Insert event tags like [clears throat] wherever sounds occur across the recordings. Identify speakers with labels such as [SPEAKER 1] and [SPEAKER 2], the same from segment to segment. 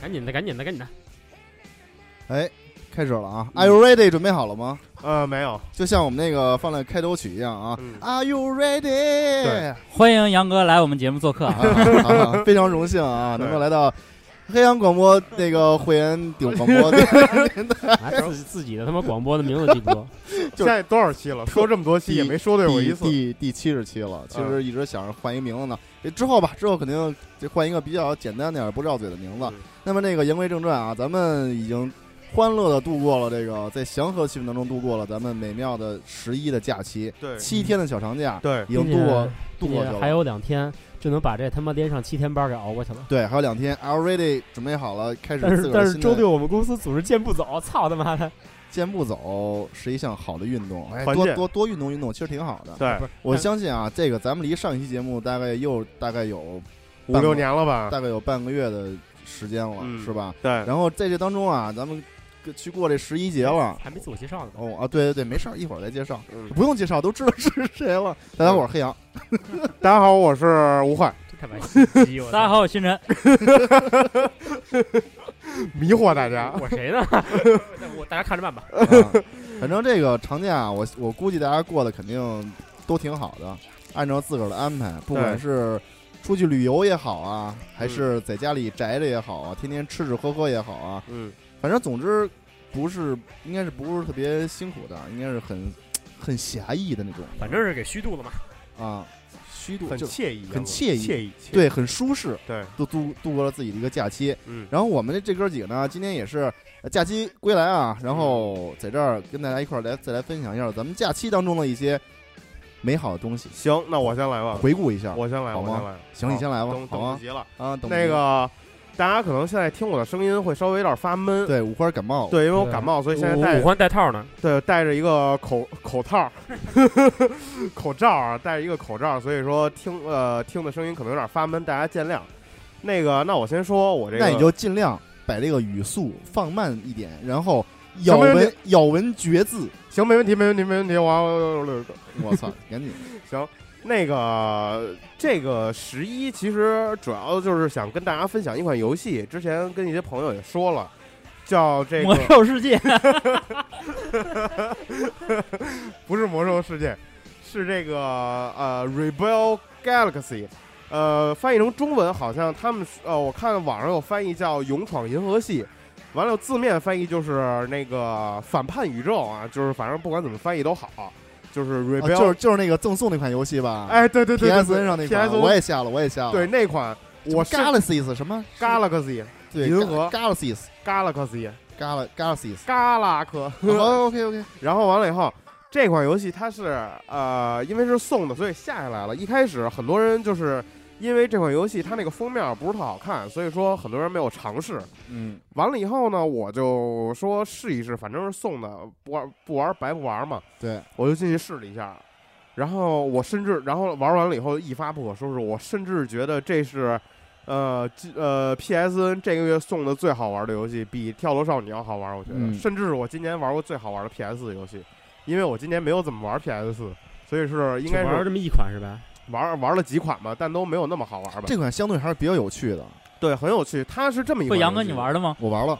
[SPEAKER 1] 赶紧的，赶紧的，赶紧的！
[SPEAKER 2] 哎，开始了
[SPEAKER 3] 嗯
[SPEAKER 2] 啊！Are you ready？准备好了吗？
[SPEAKER 3] 呃，没有，
[SPEAKER 2] 就像我们那个放在开头曲一样啊
[SPEAKER 3] 嗯
[SPEAKER 2] ！Are you ready？
[SPEAKER 4] 欢迎杨哥来我们节目
[SPEAKER 1] [laughs]
[SPEAKER 4] 做客啊！
[SPEAKER 2] 啊， [laughs] 啊非常荣幸啊，能够来到黑羊广播那个会员顶广播，
[SPEAKER 1] 啊自己自己的他妈广播的名字记不
[SPEAKER 3] [laughs]
[SPEAKER 1] 住，
[SPEAKER 2] 就
[SPEAKER 3] 现在多少期了？说这么多期也没说 [laughs] 对我嗯一
[SPEAKER 2] 第
[SPEAKER 3] 次。
[SPEAKER 2] 第第七十期了。其实一直想着换一名字呢，这之后吧，之后肯定就换一个比较简单点儿、不绕嘴的名字
[SPEAKER 3] 嗯。
[SPEAKER 2] 那么那个言归正传啊，咱们已经欢乐的度过了这个在祥和气氛当中度过了咱们美妙的十一的假期，
[SPEAKER 3] 对
[SPEAKER 2] 七天的小长假
[SPEAKER 3] 对
[SPEAKER 2] 已经度过度
[SPEAKER 1] 并
[SPEAKER 2] 过
[SPEAKER 1] 且
[SPEAKER 2] 去了，
[SPEAKER 1] 还有两天就能把这他妈连上七天班给熬过去了。
[SPEAKER 2] 对，还有两天，already 准备好了，开始
[SPEAKER 1] 但是
[SPEAKER 2] 自个儿
[SPEAKER 1] 但
[SPEAKER 2] 新
[SPEAKER 1] 是
[SPEAKER 2] 的
[SPEAKER 1] 周六我们公司组织健步走，操他妈的！
[SPEAKER 2] 健步走是一项好的运动，哎，
[SPEAKER 3] 团
[SPEAKER 2] 多
[SPEAKER 3] 建
[SPEAKER 2] 多多运动运动，其实挺好的。
[SPEAKER 3] 对
[SPEAKER 1] 不，是
[SPEAKER 2] 我相信啊，这个咱们离上一期节目大概又大概有
[SPEAKER 3] 五六年了吧？
[SPEAKER 2] 大概有半个月的时间了，
[SPEAKER 3] 嗯
[SPEAKER 2] 是吧？
[SPEAKER 3] 对，
[SPEAKER 2] 然后在这当中啊，咱们跟去过这十一节了。
[SPEAKER 1] 还没自我介绍呢。
[SPEAKER 2] 哦啊，对对对，没事儿，一会儿再介绍，
[SPEAKER 3] 嗯
[SPEAKER 2] 不用介绍，都知道是谁了。大家好，我是黑羊。
[SPEAKER 3] 大家好，我是吴坏，
[SPEAKER 1] 真他妈
[SPEAKER 4] [laughs]
[SPEAKER 1] 鸡！
[SPEAKER 4] 大家
[SPEAKER 1] 好，
[SPEAKER 4] 好，我是星辰。
[SPEAKER 3] 迷惑大家。
[SPEAKER 1] 我谁呢？ [laughs] 我大家看着办吧。
[SPEAKER 2] 啊 [laughs] 反正这个长假，我我估计大家过得肯定都挺好的，按照自个儿的安排，不管是出去旅游也好啊，还是在家里宅着也好啊，天天吃吃喝喝也好啊，
[SPEAKER 3] 嗯，
[SPEAKER 2] 反正总之不是，应该是不是特别辛苦的，应该是很很侠义的那种
[SPEAKER 1] 反正是给虚度了嘛。
[SPEAKER 2] 啊，虚度
[SPEAKER 3] 嗯很
[SPEAKER 2] 就
[SPEAKER 3] 惬意，啊
[SPEAKER 2] 很惬意
[SPEAKER 3] 惬意。
[SPEAKER 2] 对，很舒适，
[SPEAKER 3] 对，
[SPEAKER 2] 都度度过了自己的一个假期。
[SPEAKER 3] 嗯，
[SPEAKER 2] 然后我们的这哥几个呢，今天也是呃假期归来啊，然后在这儿跟大家一块儿来再来分享一下咱们假期当中的一些美好的东西，
[SPEAKER 3] 行，那我先来吧，
[SPEAKER 2] 回顾一下。
[SPEAKER 3] 我先来，
[SPEAKER 2] 啊好
[SPEAKER 3] 我
[SPEAKER 2] 吗
[SPEAKER 3] 先
[SPEAKER 2] 行，
[SPEAKER 3] 来。
[SPEAKER 2] 你先来吧，
[SPEAKER 3] 等
[SPEAKER 2] 好
[SPEAKER 3] 等不
[SPEAKER 2] 吗？
[SPEAKER 3] 及了。
[SPEAKER 2] 啊，等
[SPEAKER 3] 那个，大家可能现在听我的声音会稍微有点发闷。
[SPEAKER 2] 对五花感冒，
[SPEAKER 3] 对，因为我感冒，所以现在戴
[SPEAKER 1] 五环带套呢，
[SPEAKER 3] 对戴着一个口口套， [laughs] 口罩啊，戴着一个口罩，所以说听呃听的声音可能有点发闷，大家见谅。那个，那我先说，我这个
[SPEAKER 2] 那你就尽量把这个语速放慢一点，然后咬
[SPEAKER 3] 什么人
[SPEAKER 2] 文咬文嚼字。
[SPEAKER 3] 行，没问题，没问题，没问题，我我我
[SPEAKER 2] 我操，赶紧
[SPEAKER 3] 行。那个这个十一其实主要就是想跟大家分享一款游戏，之前跟一些朋友也说了，叫这
[SPEAKER 4] 魔
[SPEAKER 3] 个
[SPEAKER 4] 兽世界，
[SPEAKER 3] 不是魔兽世界，是这个呃 Rebel Galaxy，呃，翻译成中文好像他们呃，我看网上有翻译叫《勇闯银河系》，完了字面翻译就是那个反叛宇宙啊，就是反正不管怎么翻译都好，就是
[SPEAKER 2] 啊
[SPEAKER 3] Rebel，、
[SPEAKER 2] 就是就是那个赠送那款游戏吧？
[SPEAKER 3] 哎，对对对对
[SPEAKER 2] ，PSN 上那款，
[SPEAKER 3] PSN
[SPEAKER 2] 我也下了，我也下了。
[SPEAKER 3] 对，那款我是
[SPEAKER 2] Galaxies 什么
[SPEAKER 3] Galaxy
[SPEAKER 2] 对
[SPEAKER 3] 银河
[SPEAKER 2] Galaxies
[SPEAKER 3] Galaxy
[SPEAKER 2] Gal Galaxies。哦
[SPEAKER 3] Galax，
[SPEAKER 2] 好，OK OK，
[SPEAKER 3] 然后完了以后，这款游戏它是呃，因为是送的，所以下下来了。一开始很多人就是因为这款游戏它那个封面不是特好看，所以说很多人没有尝试。
[SPEAKER 2] 嗯，
[SPEAKER 3] 完了以后呢，我就说试一试，反正是送的，不玩不玩白不玩嘛，
[SPEAKER 2] 对，
[SPEAKER 3] 我就进去试了一下。然后我甚至，然后玩完了以后一发不可收拾，我甚至觉得这是，呃，这呃，PSN 这个月送的最好玩的游戏，比《跳楼少女》要好玩，我觉得，
[SPEAKER 2] 嗯
[SPEAKER 3] 甚至是我今年玩过最好玩的 PS 游戏，因为我今年没有怎么玩 PS 4所以是应该
[SPEAKER 1] 就玩
[SPEAKER 3] 是
[SPEAKER 1] 这么一款是吧？
[SPEAKER 3] 玩玩了几款吧，但都没有那么好玩吧。
[SPEAKER 2] 这款相对还是比较有趣的，
[SPEAKER 3] 对，很有趣，它是这么一
[SPEAKER 4] 不，
[SPEAKER 3] 款游戏。
[SPEAKER 4] 杨哥你玩的吗？
[SPEAKER 2] 我玩
[SPEAKER 1] [laughs]
[SPEAKER 2] 了。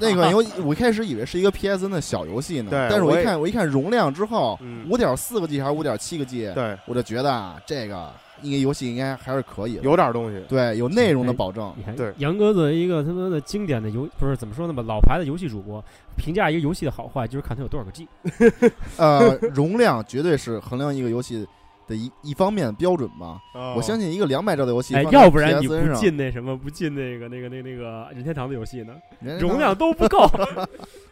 [SPEAKER 2] 那款游戏我一开始以为是一个 PSN 的小游戏呢，
[SPEAKER 3] 对
[SPEAKER 2] 但是我
[SPEAKER 3] 我
[SPEAKER 2] 一
[SPEAKER 3] 也
[SPEAKER 2] 看我一看容量之后，
[SPEAKER 3] 嗯，
[SPEAKER 2] 五点四个 G 还是五点七个 G，
[SPEAKER 3] 对，
[SPEAKER 2] 我就觉得啊，这个应该游戏应该还是可以的，
[SPEAKER 3] 有点东西。
[SPEAKER 2] 对有内容的保证。
[SPEAKER 1] 你看，
[SPEAKER 3] 对
[SPEAKER 1] 杨哥作为一个他妈的经典的游，不是怎么说呢吧，老牌的游戏主播，评价一个游戏的好坏，就是看它有多少个 G。
[SPEAKER 2] 呃，容量绝对是衡量一个游戏的一一方面的标准吧。我相
[SPEAKER 3] 信
[SPEAKER 2] 信一个两百兆的游戏
[SPEAKER 1] 哦哎，
[SPEAKER 2] 放在 PSN 上，
[SPEAKER 1] 要不然你不进那什么，不进那个那个那个那个任天堂的游戏呢？
[SPEAKER 2] 人家
[SPEAKER 1] 容量都不够。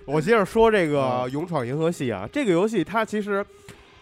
[SPEAKER 3] 我接着说这个
[SPEAKER 2] 嗯
[SPEAKER 3] 《勇闯银河系》啊，这个游戏它其实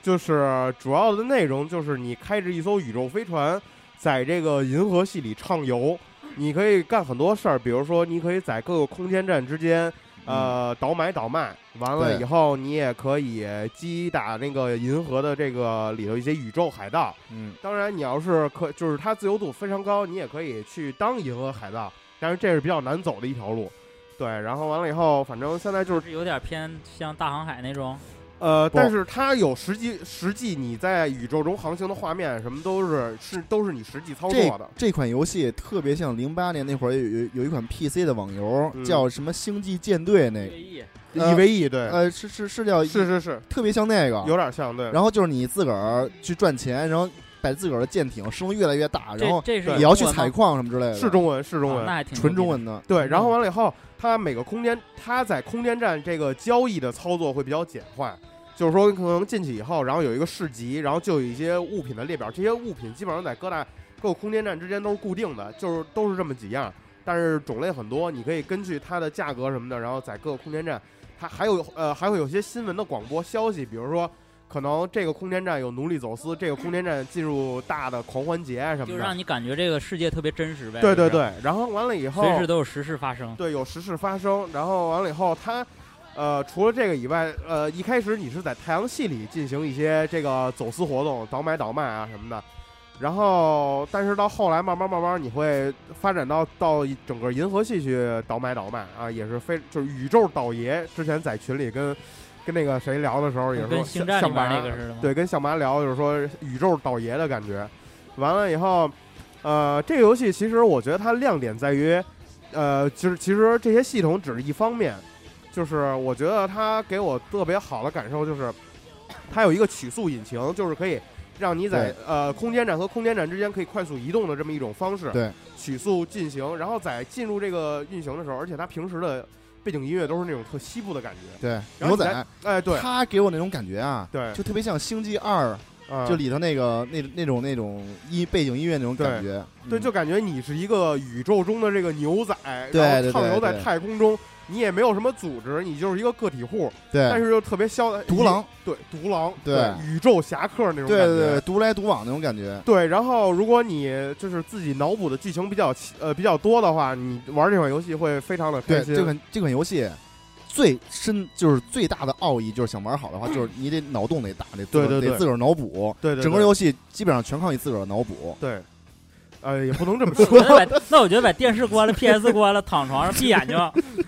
[SPEAKER 3] 就是主要的内容就是你开着一艘宇宙飞船，在这个银河系里畅游，你可以干很多事儿，比如说你可以在各个空间站之间呃，倒买倒卖，完了
[SPEAKER 2] 嗯对
[SPEAKER 3] 以后你也可以击打那个银河的这个里头一些宇宙海盗。
[SPEAKER 2] 嗯，
[SPEAKER 3] 当然，你要是可就是它自由度非常高，你也可以去当银河海盗，但是这是比较难走的一条路。对，然后完了以后，反正现在就是
[SPEAKER 4] 是有点偏像大航海那种。
[SPEAKER 3] 呃，
[SPEAKER 2] 不
[SPEAKER 3] 但是它有实际实际你在宇宙中航行的画面，什么都是是都是你实际操
[SPEAKER 2] 这
[SPEAKER 3] 作的。
[SPEAKER 2] 这款游戏特别像零八年那会儿有有有一款 PC 的网游
[SPEAKER 3] 嗯
[SPEAKER 2] 叫什么《星际舰队》那个，
[SPEAKER 3] [laughs]
[SPEAKER 2] 呃
[SPEAKER 3] 一 v 一对，
[SPEAKER 2] 呃，是是是叫
[SPEAKER 3] 是是是，
[SPEAKER 2] 特别像那个，
[SPEAKER 3] 有点像对。
[SPEAKER 2] 然后就是你自个儿去赚钱，然后把自个儿的舰艇升得越来越大，然
[SPEAKER 4] 这
[SPEAKER 2] 后
[SPEAKER 4] 这是
[SPEAKER 3] 对
[SPEAKER 2] 也要去采矿什么之类的，
[SPEAKER 3] 是中文是中
[SPEAKER 4] 中
[SPEAKER 3] 文，
[SPEAKER 4] 哦啊那还挺
[SPEAKER 2] 纯中
[SPEAKER 4] 牛逼的。
[SPEAKER 2] 文的。
[SPEAKER 3] 对，然后完了以后，它每个空间，它在空间站这个交易的操作会比较简化，就是说可能进去以后，然后有一个市集，然后就有一些物品的列表，这些物品基本上在各大各个空间站之间都是固定的，就是都是这么几样，但是种类很多，你可以根据它的价格什么的，然后在各个空间站，它还有呃还会有些新闻的广播消息，比如说。可能这个空间站有奴隶走私，这个空间站进入大的狂欢节啊什么的，
[SPEAKER 4] 就让你感觉这个世界特别真实呗。
[SPEAKER 3] 对
[SPEAKER 4] 就
[SPEAKER 3] 对
[SPEAKER 4] 是，
[SPEAKER 3] 对。然后完了以后，
[SPEAKER 4] 随时都有实事发生。
[SPEAKER 3] 对，有时事发生。然后完了以后，它，呃，除了这个以外，呃，一开始你是在太阳系里进行一些这个走私活动，倒买倒卖啊什么的。然后，但是到后来慢慢慢慢，你会发展到到一整个银河系去倒买倒卖啊，也是非就是宇宙倒爷。之前在群里跟跟那个谁聊的时候，也是说
[SPEAKER 4] 跟星战里
[SPEAKER 3] 像
[SPEAKER 4] 边
[SPEAKER 3] 马
[SPEAKER 4] 那个似的吗？
[SPEAKER 3] 对，跟小麻聊，就是说宇宙倒爷的感觉。完了以后，呃，这个游戏其实我觉得它亮点在于，呃，其实其实这些系统只是一方面，就是我觉得它给我特别好的感受就是， [coughs] 它有一个曲速引擎，就是可以让你在
[SPEAKER 2] 对
[SPEAKER 3] 呃空间站和空间站之间可以快速移动的这么一种方式，
[SPEAKER 2] 对，
[SPEAKER 3] 曲速进行，然后在进入这个运行的时候，而且它平时的背景音乐都是那种特西部的感觉，
[SPEAKER 2] 对，
[SPEAKER 3] 然
[SPEAKER 2] 牛
[SPEAKER 3] 后你在
[SPEAKER 2] 仔，
[SPEAKER 3] 哎，对，
[SPEAKER 2] 他给我那种感觉啊，
[SPEAKER 3] 对，
[SPEAKER 2] 就特别像《星际二
[SPEAKER 3] 嗯》
[SPEAKER 2] 就里头那个那那种那种音背景音乐那种感觉。
[SPEAKER 3] 对，
[SPEAKER 2] 嗯
[SPEAKER 3] 就感觉你是一个宇宙中的这个牛仔，
[SPEAKER 2] 对
[SPEAKER 3] 然后
[SPEAKER 2] 对
[SPEAKER 3] 畅
[SPEAKER 2] 对
[SPEAKER 3] 游在
[SPEAKER 2] 对
[SPEAKER 3] 太空中，你也没有什么组织，你就是一个个体户，但
[SPEAKER 2] 对
[SPEAKER 3] 是又特别潇洒，
[SPEAKER 2] 独狼，
[SPEAKER 3] 一，对，独狼，
[SPEAKER 2] 对
[SPEAKER 3] 宇宙侠客那种
[SPEAKER 2] 对
[SPEAKER 3] 感觉，
[SPEAKER 2] 对对，独来独往那种感觉。
[SPEAKER 3] 对然后如果你就是自己脑补的剧情比较齐呃比较多的话，你玩这款游戏会非常的开
[SPEAKER 2] 对，
[SPEAKER 3] 心。
[SPEAKER 2] 这款这款游戏最深就是最大的奥义，就是想玩好的
[SPEAKER 3] [clears throat]
[SPEAKER 2] 话，就是你得脑洞得大，得自个儿
[SPEAKER 3] 对对对
[SPEAKER 2] 得自个儿脑补。
[SPEAKER 3] 对对对
[SPEAKER 2] 整个游戏基本上全靠你自个儿脑补。
[SPEAKER 3] 对，呃，也不能
[SPEAKER 2] [laughs]
[SPEAKER 3] 这么
[SPEAKER 4] 我
[SPEAKER 3] 说，
[SPEAKER 4] 觉得
[SPEAKER 1] [laughs]
[SPEAKER 4] 把那我觉得把电视关了，PS 关了，躺床上闭眼
[SPEAKER 3] [laughs]
[SPEAKER 4] 睛，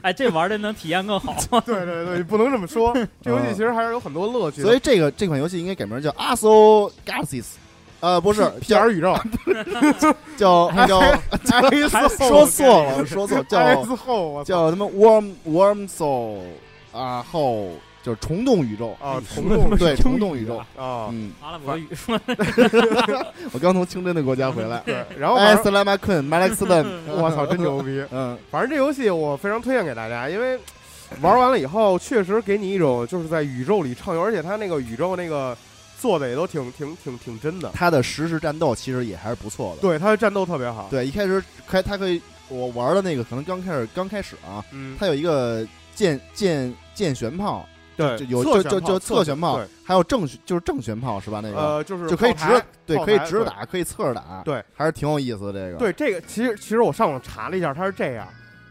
[SPEAKER 4] 哎，这玩的能体验更好。 [laughs]
[SPEAKER 3] 对对对，不能这
[SPEAKER 2] [laughs]
[SPEAKER 3] 么说。这游戏其实还是有很多乐趣的，
[SPEAKER 2] 嗯所以这个这款游戏应该改名叫《a s o Galaxies》，呃，不是
[SPEAKER 3] [laughs] 屁眼
[SPEAKER 2] 叫
[SPEAKER 3] 儿宇宙，
[SPEAKER 2] 叫 [laughs] 叫，
[SPEAKER 3] 还
[SPEAKER 2] 说错了，说错叫
[SPEAKER 3] ，S 后我操
[SPEAKER 2] 叫什么 Worm Worm Soul 啊后就是虫洞宇宙，
[SPEAKER 3] 啊，虫
[SPEAKER 1] 说
[SPEAKER 3] 洞
[SPEAKER 1] 的
[SPEAKER 2] [laughs] 对，
[SPEAKER 1] 是
[SPEAKER 2] 虫
[SPEAKER 1] 英
[SPEAKER 2] 洞
[SPEAKER 1] 语
[SPEAKER 2] 宇宙
[SPEAKER 1] 啊。
[SPEAKER 3] 啊，
[SPEAKER 2] 嗯，
[SPEAKER 4] 阿拉伯语说
[SPEAKER 2] 我刚从清真的国家回来。 [laughs]
[SPEAKER 3] 对，然后反
[SPEAKER 2] 哎，
[SPEAKER 3] 正
[SPEAKER 2] 斯拉马昆，马莱克斯顿，
[SPEAKER 3] [laughs] 我操，真牛逼！
[SPEAKER 2] 嗯，
[SPEAKER 3] 反正这游戏我非常推荐给大家，因为玩完了以后，确实给你一种就是在宇宙里畅游，而且它那个宇宙那个做的也都挺挺挺挺真的。
[SPEAKER 2] 他的实时战斗其实也还是不错的。
[SPEAKER 3] 对，它的战斗特别好。，
[SPEAKER 2] 对，一开始开他可以，我玩的那个可能刚开始刚开始啊，
[SPEAKER 3] 嗯，
[SPEAKER 2] 他有一个剑剑剑旋炮，
[SPEAKER 3] 嗯对，
[SPEAKER 2] 就有
[SPEAKER 3] 侧
[SPEAKER 2] 就
[SPEAKER 3] 旋
[SPEAKER 2] 就
[SPEAKER 3] 炮
[SPEAKER 2] 就
[SPEAKER 3] 侧
[SPEAKER 2] 侧旋炮
[SPEAKER 3] 对，
[SPEAKER 2] 还有正旋就是正旋炮是吧？那个
[SPEAKER 3] 呃，就是
[SPEAKER 2] 就可以直
[SPEAKER 3] 炮
[SPEAKER 2] 着
[SPEAKER 3] 台。
[SPEAKER 2] 对，
[SPEAKER 3] 炮
[SPEAKER 2] 可以
[SPEAKER 3] 台
[SPEAKER 2] 直着
[SPEAKER 3] 对
[SPEAKER 2] 打，可以侧着打，
[SPEAKER 3] 对，
[SPEAKER 2] 还是挺有意思的这个。
[SPEAKER 3] 对，这个其实其实我上网查了一下，它是这样。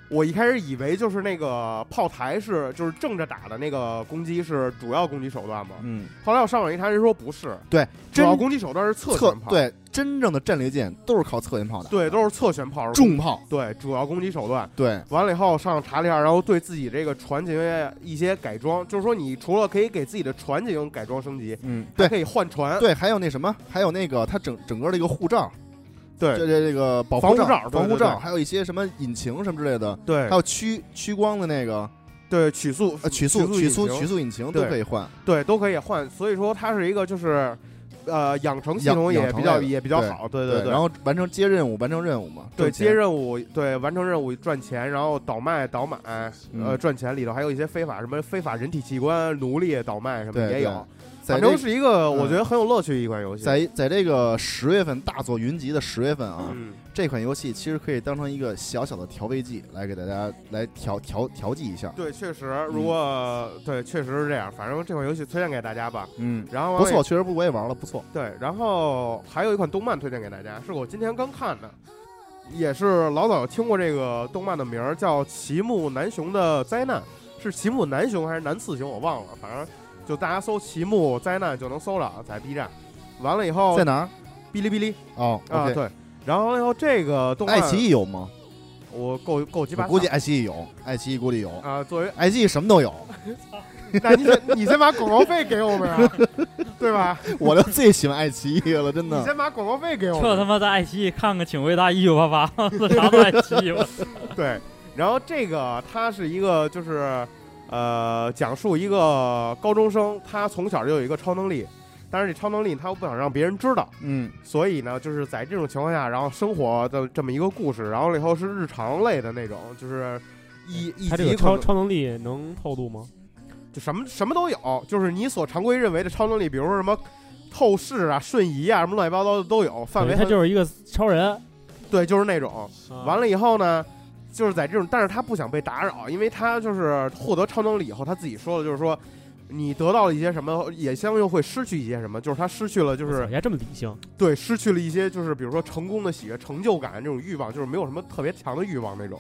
[SPEAKER 3] 我一开始以为就是那个炮台是就是正着打的那个攻击是主要攻击手段嘛，
[SPEAKER 2] 嗯，
[SPEAKER 3] 后来我上网一查，人说不是，
[SPEAKER 2] 对，
[SPEAKER 3] 主要
[SPEAKER 2] 真
[SPEAKER 3] 攻击手段是侧
[SPEAKER 2] 侧
[SPEAKER 3] 旋炮，
[SPEAKER 2] 对真正的战略舰都是靠侧旋炮打，
[SPEAKER 3] 对，都是侧旋炮，
[SPEAKER 2] 重炮，
[SPEAKER 3] 对主要攻击手段。
[SPEAKER 2] 对
[SPEAKER 3] 完了以后上网查了一下，然后对自己这个船型一些改装，就是说你除了可以给自己的船型改装升级，
[SPEAKER 2] 嗯
[SPEAKER 3] 还
[SPEAKER 2] 对。
[SPEAKER 3] 可以换船，
[SPEAKER 2] 对，还有那什么，还有那个它整整个这个护罩，
[SPEAKER 3] 对
[SPEAKER 2] 这这这个保
[SPEAKER 3] 防
[SPEAKER 2] 护
[SPEAKER 3] 护罩对
[SPEAKER 2] 防护
[SPEAKER 3] 对
[SPEAKER 2] 罩，
[SPEAKER 3] 对
[SPEAKER 2] 还有一些什么引擎什么之类的，
[SPEAKER 3] 对
[SPEAKER 2] 还有趋趋光的那个
[SPEAKER 3] 对曲速
[SPEAKER 2] 呃曲
[SPEAKER 3] 速
[SPEAKER 2] 速曲
[SPEAKER 3] 速
[SPEAKER 2] 速曲速引擎都
[SPEAKER 3] 对
[SPEAKER 2] 可以换，
[SPEAKER 3] 对都可以换，所以说它是一个就是呃养成系统
[SPEAKER 2] 养
[SPEAKER 3] 也
[SPEAKER 2] 养成
[SPEAKER 3] 比较
[SPEAKER 2] 类的
[SPEAKER 3] 也比较
[SPEAKER 2] 对
[SPEAKER 3] 好，对对，
[SPEAKER 2] 然后完成接任务，完成任务嘛，
[SPEAKER 3] 对
[SPEAKER 2] 挣钱
[SPEAKER 3] 接任务对完成任务赚钱，然后倒卖倒买呃
[SPEAKER 2] 嗯
[SPEAKER 3] 赚钱里头还有一些非法什么非法人体器官奴隶倒卖什么
[SPEAKER 2] 对
[SPEAKER 3] 也
[SPEAKER 2] 对
[SPEAKER 3] 有，
[SPEAKER 2] 在
[SPEAKER 3] 反正
[SPEAKER 2] 这
[SPEAKER 3] 是一个
[SPEAKER 2] 嗯
[SPEAKER 3] 我觉得很有乐趣的一款游戏，
[SPEAKER 2] 在在这个十月份大作云集的十月份啊，
[SPEAKER 3] 嗯
[SPEAKER 2] 这款游戏其实可以当成一个小小的调味剂来给大家来调调调剂一下，
[SPEAKER 3] 对，确实，如
[SPEAKER 2] 嗯
[SPEAKER 3] 果、对，确实是这样。反正这款游戏推荐给大家吧。
[SPEAKER 2] 嗯，
[SPEAKER 3] 然后完
[SPEAKER 2] 不
[SPEAKER 3] 了
[SPEAKER 2] 错，，确实不我也玩了，不错，
[SPEAKER 3] 对，然后还有一款动漫推荐给大家，是我今天刚看的，也是老早听过这个动漫的名儿，叫《齐木楠雄的灾难》，是齐木南雄还是南次雄，我忘了，反正就大家搜齐木灾难就能搜了，在 B 站。完了以后，
[SPEAKER 2] 在
[SPEAKER 3] 哔
[SPEAKER 2] 哪儿？
[SPEAKER 3] 哩哔哩
[SPEAKER 2] 哦
[SPEAKER 3] 哦啊，
[SPEAKER 2] ，OK，
[SPEAKER 3] 对。然后，然后这个动
[SPEAKER 2] 爱
[SPEAKER 3] 漫，
[SPEAKER 2] 奇艺有吗？
[SPEAKER 3] 我够够鸡
[SPEAKER 2] 我
[SPEAKER 3] 巴，
[SPEAKER 2] 估计爱奇艺有，爱奇艺估计有，
[SPEAKER 3] 啊，作为
[SPEAKER 2] 爱奇艺什么都有，
[SPEAKER 3] 那你先你先把广告费给我们
[SPEAKER 2] [laughs]
[SPEAKER 3] 啊，对吧？
[SPEAKER 2] 我都最喜欢爱奇艺了，真
[SPEAKER 3] 你
[SPEAKER 2] 的。
[SPEAKER 3] 先把广告费给我
[SPEAKER 4] 这他
[SPEAKER 3] 们。
[SPEAKER 4] 妈在爱奇艺看个《请回答一九八八》， [laughs] 啥都爱奇艺吧。
[SPEAKER 3] 对，然后这个它是一个就是呃，讲述一个高中生，他从小就有一个超能力，但是这超能力他又不想让别人知道，
[SPEAKER 2] 嗯，
[SPEAKER 3] 所以呢，就是在这种情况下，然后生活的这么一个故事，然后以后是日常类的那种，就是 [laughs] 一一
[SPEAKER 1] 哎他这个
[SPEAKER 3] 集
[SPEAKER 1] 超
[SPEAKER 3] 可能
[SPEAKER 1] 超能力能透露吗？
[SPEAKER 3] 就什么什么都有，就是你所常规认为的超能力，比如说什么透视啊、瞬移啊，什么乱七八糟的都有，范围
[SPEAKER 1] 他
[SPEAKER 3] 很
[SPEAKER 1] 就是一个超人。
[SPEAKER 3] 对，就是那种。
[SPEAKER 1] 了，
[SPEAKER 3] 完
[SPEAKER 4] 嗯
[SPEAKER 3] 了以后呢，就是在这种，但是他不想被打扰，因为他就是获得超能力以后，他自己说的就是说，你得到了一些什么，也相应会失去一些什么，就是他失去了，就
[SPEAKER 1] 我操
[SPEAKER 3] 是
[SPEAKER 1] 你还这么理性，
[SPEAKER 2] [laughs]
[SPEAKER 3] 对，失去了一些就是比如说成功的喜悦、成就感这种欲望，就是没有什么特别强的欲望那种，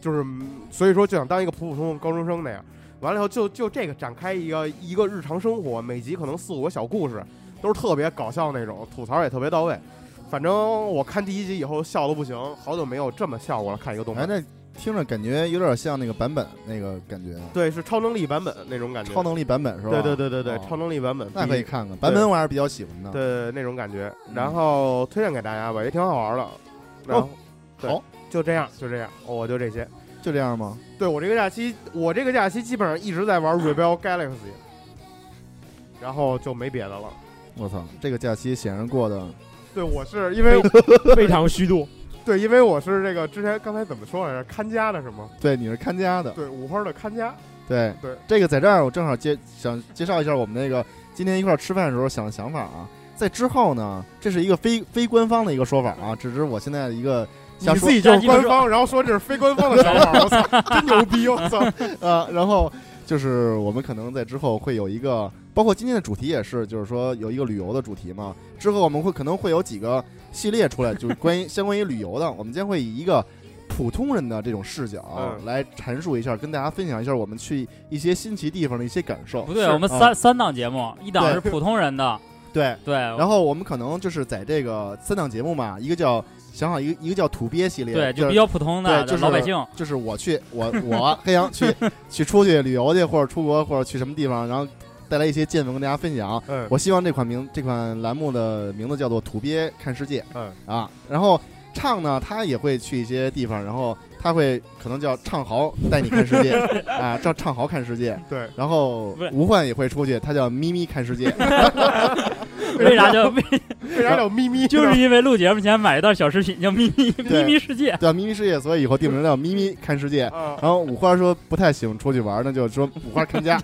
[SPEAKER 3] 就是嗯所以说就想当一个普普通通高中生那样。完了以后就就这个展开一个一个日常生活，每集可能四五个小故事，都是特别搞笑那种，吐槽也特别到位。反正我看第一集以后笑的不行，好久没有这么笑过了。看一个动
[SPEAKER 2] 哎，
[SPEAKER 3] 漫，
[SPEAKER 2] 那听着感觉有点像那个版本那个感觉，
[SPEAKER 3] 对，是超能力版本那种感觉，
[SPEAKER 2] 超能力版本是吧？
[SPEAKER 3] 对对对对对，
[SPEAKER 2] 哦
[SPEAKER 3] 超能力版本
[SPEAKER 2] 那
[SPEAKER 3] 比
[SPEAKER 2] 可以看看，版本我还是比较喜欢的。
[SPEAKER 3] 对那种感觉，
[SPEAKER 2] 啊嗯
[SPEAKER 3] 然后推荐给大家吧，也挺好玩的。然后，对
[SPEAKER 2] 好，
[SPEAKER 3] 就这样，就这样，我就这些。
[SPEAKER 2] 就这样吗？
[SPEAKER 3] 对我这个假期，我这个假期基本上一直在玩 Rebel Galaxy，然后就没别的了。
[SPEAKER 2] 我操，这个假期显然过得
[SPEAKER 3] 对，我是因为
[SPEAKER 1] 非常虚度。
[SPEAKER 3] 对，因为我是这个之前刚才怎么说来着？看家的是吗？
[SPEAKER 2] 对你是看家的，
[SPEAKER 3] 对，五花的看家。
[SPEAKER 2] 对
[SPEAKER 3] 对
[SPEAKER 2] 这个在这儿我正好介想介绍一下我们那个今天一块儿吃饭的时候想的想法啊。在之后呢，这是一个非非官方的一个说法啊，只是我现在的一个
[SPEAKER 3] 你
[SPEAKER 2] 瞎说
[SPEAKER 3] 自己就是
[SPEAKER 4] 瞎鸡巴
[SPEAKER 3] 官
[SPEAKER 4] 说
[SPEAKER 3] 方，然后说这是非官方的想法，我操，真牛
[SPEAKER 2] [laughs] 哎
[SPEAKER 3] 逼！哦我操，
[SPEAKER 2] 啊，然后就是我们可能在之后会有一个，包括今天的主题也是，就是说有一个旅游的主题嘛。之后我们会可能会有几个系列出来，就是关于相关于旅游的，我们将会以一个。普通人的这种视角啊
[SPEAKER 3] 嗯
[SPEAKER 2] 来阐述一下，跟大家分享一下我们去一些新奇地方的一些感受
[SPEAKER 4] [laughs] 不。对，
[SPEAKER 1] 嗯
[SPEAKER 3] 是
[SPEAKER 4] 我们
[SPEAKER 2] 啊
[SPEAKER 4] 三三档节目，一档
[SPEAKER 2] 对
[SPEAKER 4] 是普通
[SPEAKER 2] [laughs]
[SPEAKER 4] 人的，
[SPEAKER 2] 对，
[SPEAKER 4] 对，
[SPEAKER 2] 然后我们可能就是在这个三档节目嘛，一个叫想好一个一个叫土鳖系列，
[SPEAKER 4] 对，
[SPEAKER 2] 就
[SPEAKER 4] 就是比较普通的
[SPEAKER 2] 对就是
[SPEAKER 4] 老百
[SPEAKER 2] [laughs]
[SPEAKER 4] 姓。
[SPEAKER 2] 就是我去，我我黑羊去去出去旅游去，或者出国，或者去什么地方，然后带来一些见闻跟大家分享。
[SPEAKER 3] 嗯
[SPEAKER 2] 我希望这款名这款栏目的名字叫做《土鳖看世界
[SPEAKER 3] 嗯，》
[SPEAKER 2] 啊。然后唱呢，他也会去一些地方，然后他会可能叫唱豪带你看世界啊，叫唱豪看世界。
[SPEAKER 3] 对，
[SPEAKER 2] 然后
[SPEAKER 4] 不是
[SPEAKER 2] 吴焕也会出去，他叫咪咪看世界。
[SPEAKER 4] 为
[SPEAKER 2] [laughs]
[SPEAKER 4] 啥叫为
[SPEAKER 3] 为啥叫
[SPEAKER 1] [laughs]
[SPEAKER 3] 咪咪？
[SPEAKER 4] [laughs] 就是因为录节目前买一袋小食品叫咪咪咪咪世界，
[SPEAKER 2] [laughs] 叫咪咪世界，所以以后定名叫咪咪看世界。
[SPEAKER 3] 啊，
[SPEAKER 2] 然后五花说不太喜欢出去玩，那就说五花看家，